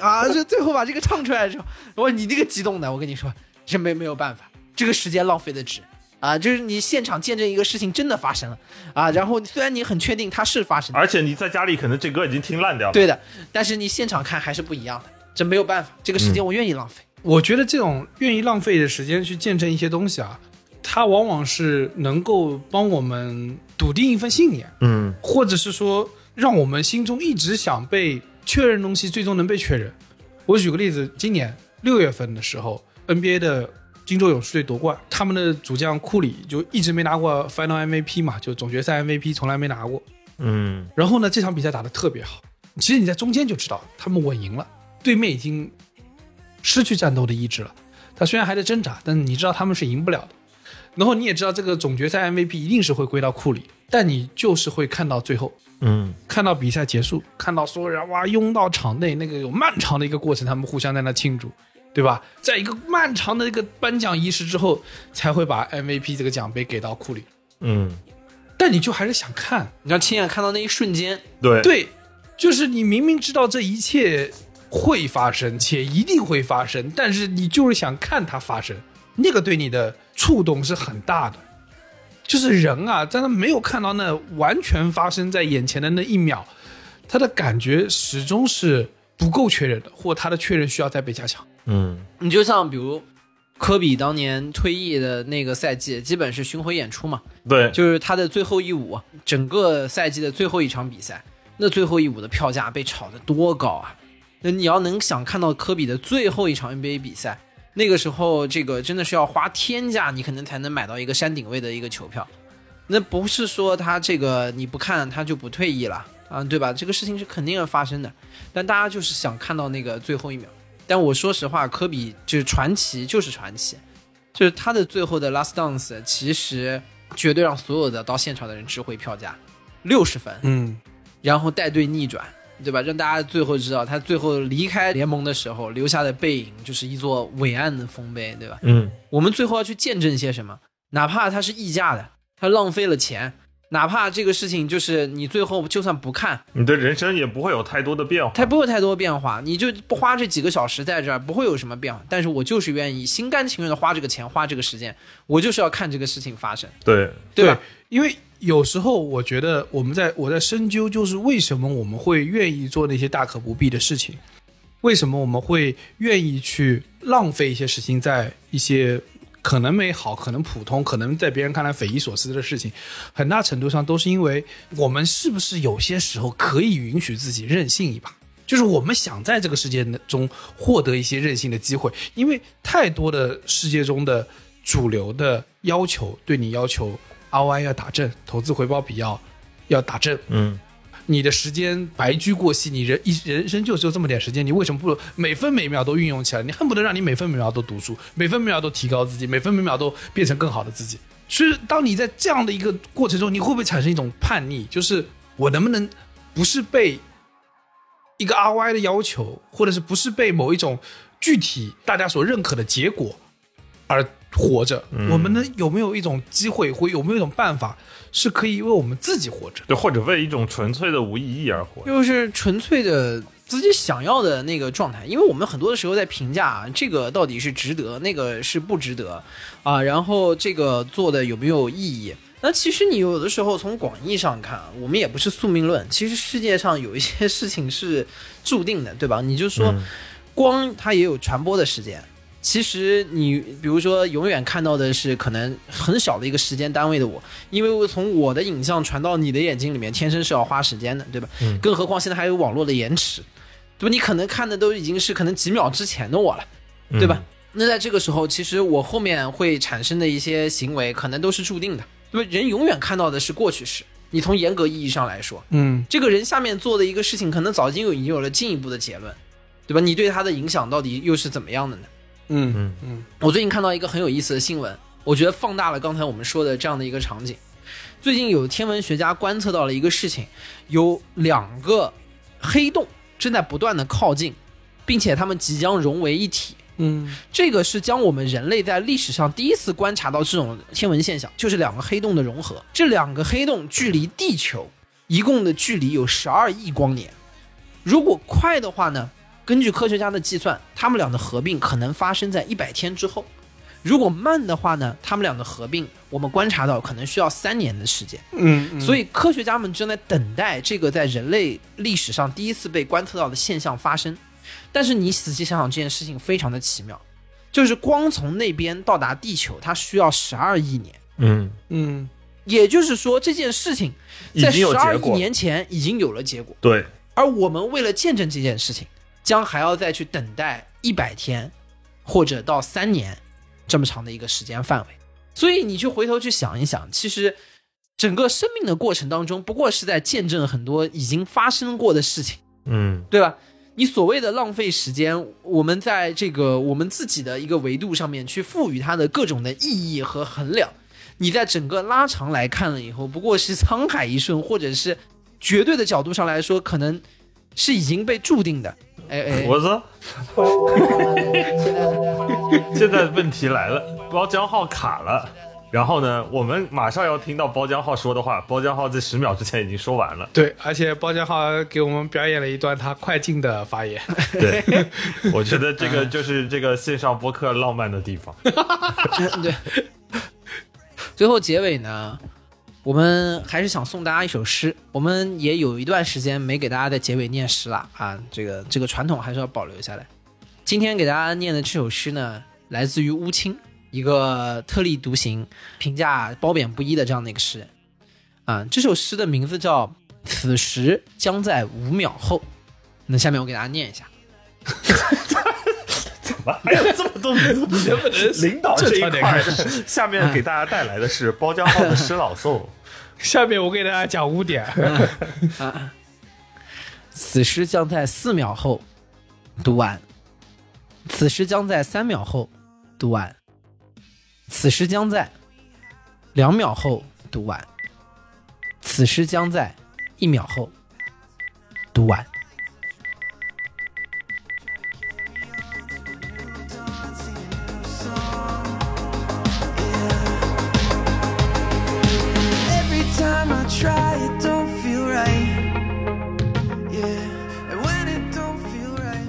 Speaker 5: 啊，这最后把这个唱出来的时候，哇，你那个激动的，我跟你说，这没没有办法，这个时间浪费的值。啊，就是你现场见证一个事情真的发生了啊，然后虽然你很确定它是发生的，
Speaker 6: 而且你在家里可能这歌已经听烂掉了。
Speaker 5: 对的，但是你现场看还是不一样的，这没有办法，这个时间我愿意浪费。
Speaker 4: 我觉得这种愿意浪费的时间去见证一些东西啊，它往往是能够帮我们笃定一份信念，
Speaker 6: 嗯，
Speaker 4: 或者是说让我们心中一直想被确认的东西，最终能被确认。我举个例子，今年六月份的时候，NBA 的金州勇士队夺冠，他们的主将库里就一直没拿过 Final MVP 嘛，就总决赛 MVP 从来没拿过。
Speaker 6: 嗯
Speaker 4: 然后呢，这场比赛打得特别好，其实你在中间就知道他们稳赢了，对面已经失去战斗的意志了。他虽然还在挣扎，但是你知道他们是赢不了的。然后你也知道这个总决赛 MVP 一定是会归到库里，但你就是会看到最后，
Speaker 6: 嗯
Speaker 4: 看到比赛结束，看到所有人哇拥到场内，那个有漫长的一个过程，他们互相在那庆祝，对吧？在一个漫长的一个颁奖仪式之后，才会把 MVP 这个奖杯给到库里。
Speaker 6: 嗯，
Speaker 4: 但你就还是想看，
Speaker 5: 你要亲眼看到那一瞬间，
Speaker 6: 对，
Speaker 4: 对，就是你明明知道这一切会发生，且一定会发生，但是你就是想看它发生，那个对你的触动是很大的。就是人啊，在他没有看到那完全发生在眼前的那一秒，他的感觉始终是不够确认的，或他的确认需要再被加强。
Speaker 6: 嗯，
Speaker 5: 你就像比如科比当年退役的那个赛季，基本是巡回演出嘛，
Speaker 6: 对，
Speaker 5: 就是他的最后一舞，整个赛季的最后一场比赛，那最后一舞的票价被炒得多高啊！那你要能想看到科比的最后一场 NBA 比赛，那个时候这个真的是要花天价，你可能才能买到一个山顶位的一个球票。那不是说他这个你不看他就不退役了啊，对吧？这个事情是肯定要发生的，但大家就是想看到那个最后一秒。但我说实话，科比就是传奇，就是传奇，就是他的最后的 Last Dance，其实绝对让所有的到现场的人值回票价，六十分，
Speaker 4: 嗯，
Speaker 5: 然后带队逆转，对吧？让大家最后知道他最后离开联盟的时候留下的背影就是一座伟岸的丰碑，对吧？
Speaker 6: 嗯，
Speaker 5: 我们最后要去见证些什么？哪怕它是溢价的，它浪费了钱，哪怕这个事情就是你最后就算不看，
Speaker 6: 你的人生也不会有太多的变化。
Speaker 5: 它不会有太多变化，你就不花这几个小时在这儿，不会有什么变化。但是我就是愿意心甘情愿的花这个钱，花这个时间，我就是要看这个事情发生，
Speaker 6: 对，
Speaker 5: 对吧？
Speaker 4: 因为有时候我觉得我们在我在深究，就是为什么我们会愿意做那些大可不必的事情，为什么我们会愿意去浪费一些事情在一些可能美好、可能普通、可能在别人看来匪夷所思的事情，很大程度上都是因为我们是不是有些时候可以允许自己任性一把。就是我们想在这个世界中获得一些任性的机会，因为太多的世界中的主流的要求对你要求 ROI 要打正，投资回报比要要打正，
Speaker 6: 嗯，
Speaker 4: 你的时间白驹过隙，你人一人生就只有这么点时间，你为什么不每分每秒都运用起来？你恨不得让你每分每秒都读书，每分每秒都提高自己，每分每秒都变成更好的自己。所以，当你在这样的一个过程中，你会不会产生一种叛逆？就是我能不能不是被一个 RY 的要求，或者是不是被某一种具体大家所认可的结果而活着？我们能有没有一种机会，或有没有一种办法，是可以为我们自己活着？
Speaker 6: 就或者为一种纯粹的无意义而活。
Speaker 5: 就是纯粹的自己想要的那个状态。因为我们很多的时候在评价啊这个到底是值得，那个是不值得啊，然后这个做的有没有意义？那其实你有的时候从广义上看，我们也不是宿命论。其实世界上有一些事情是注定的，对吧？你就说光它也有传播的时间。其实你比如说，永远看到的是可能很小的一个时间单位的我，因为我从我的影像传到你的眼睛里面，天生是要花时间的，对吧？更何况现在还有网络的延迟，对吧？你可能看的都已经是可能几秒之前的我了，对吧？那在这个时候，其实我后面会产生的一些行为，可能都是注定的，对吧？人永远看到的是过去式，你从严格意义上来说，
Speaker 4: 嗯，
Speaker 5: 这个人下面做的一个事情，可能早已经有已经有了进一步的结论，对吧？你对他的影响到底又是怎么样的呢？
Speaker 4: 嗯
Speaker 5: 我最近看到一个很有意思的新闻，我觉得放大了刚才我们说的这样的一个场景。最近有天文学家观测到了一个事情，有两个黑洞正在不断的靠近，并且它们即将融为一体。
Speaker 4: 嗯
Speaker 5: 这个是将我们人类在历史上第一次观察到这种天文现象，就是两个黑洞的融合。这两个黑洞距离地球一共的距离有十二亿光年。如果快的话呢，根据科学家的计算，它们俩的合并可能发生在一百天之后；如果慢的话呢，它们俩的合并，我们观察到可能需要三年的时间。
Speaker 4: 嗯
Speaker 5: 所以科学家们正在等待这个在人类历史上第一次被观测到的现象发生。但是你仔细想想，这件事情非常的奇妙，就是光从那边到达地球，它需要十二亿年。
Speaker 6: 嗯，
Speaker 4: 嗯
Speaker 5: 也就是说，这件事情在
Speaker 6: 已经有
Speaker 5: 十二
Speaker 6: 结
Speaker 5: 亿
Speaker 6: 果
Speaker 5: 年前已经有了结果，
Speaker 6: 对，
Speaker 5: 而我们为了见证这件事情，将还要再去等待一百天，或者到三年这么长的一个时间范围。所以你去回头去想一想，其实整个生命的过程当中，不过是在见证很多已经发生过的事情。
Speaker 6: 嗯
Speaker 5: 对吧？你所谓的浪费时间，我们在这个我们自己的一个维度上面去赋予它的各种的意义和衡量，你在整个拉长来看了以后，不过是沧海一瞬，或者是绝对的角度上来说，可能是已经被注定的。哎哎，
Speaker 6: 我操！ *laughs* 现在问题来了，包浆号卡了。然后呢，我们马上要听到包浆号说的话。包浆号在十秒之前已经说完了。
Speaker 4: 对，而且包家浩给我们表演了一段他快进的发言。 *laughs*
Speaker 6: 对，我觉得这个就是这个线上播客浪漫的地方。
Speaker 5: 对，最后结尾呢，我们还是想送大家一首诗。我们也有一段时间没给大家在结尾念诗了啊，这个这个传统还是要保留下来。今天给大家念的这首诗呢，来自于乌青，一个特立独行、评价褒贬不一的这样的一个诗人啊。这首诗的名字叫《此时将在五秒后》。那下面我给大家念一下。
Speaker 6: 还有这么多名字，
Speaker 4: 能不能
Speaker 6: 领导这一
Speaker 4: 这差
Speaker 6: 块
Speaker 4: 点
Speaker 6: 儿
Speaker 4: 开，
Speaker 6: 下面给大家带来的是包浆号的诗朗诵。
Speaker 4: 下面我给大家讲五点，
Speaker 5: 此诗将在四秒后读完，此诗将在三秒后读完，此诗将在两秒后读完，此诗将在一秒后读完。
Speaker 3: Every time I try, it don't feel right. Yeah, and when it don't feel right.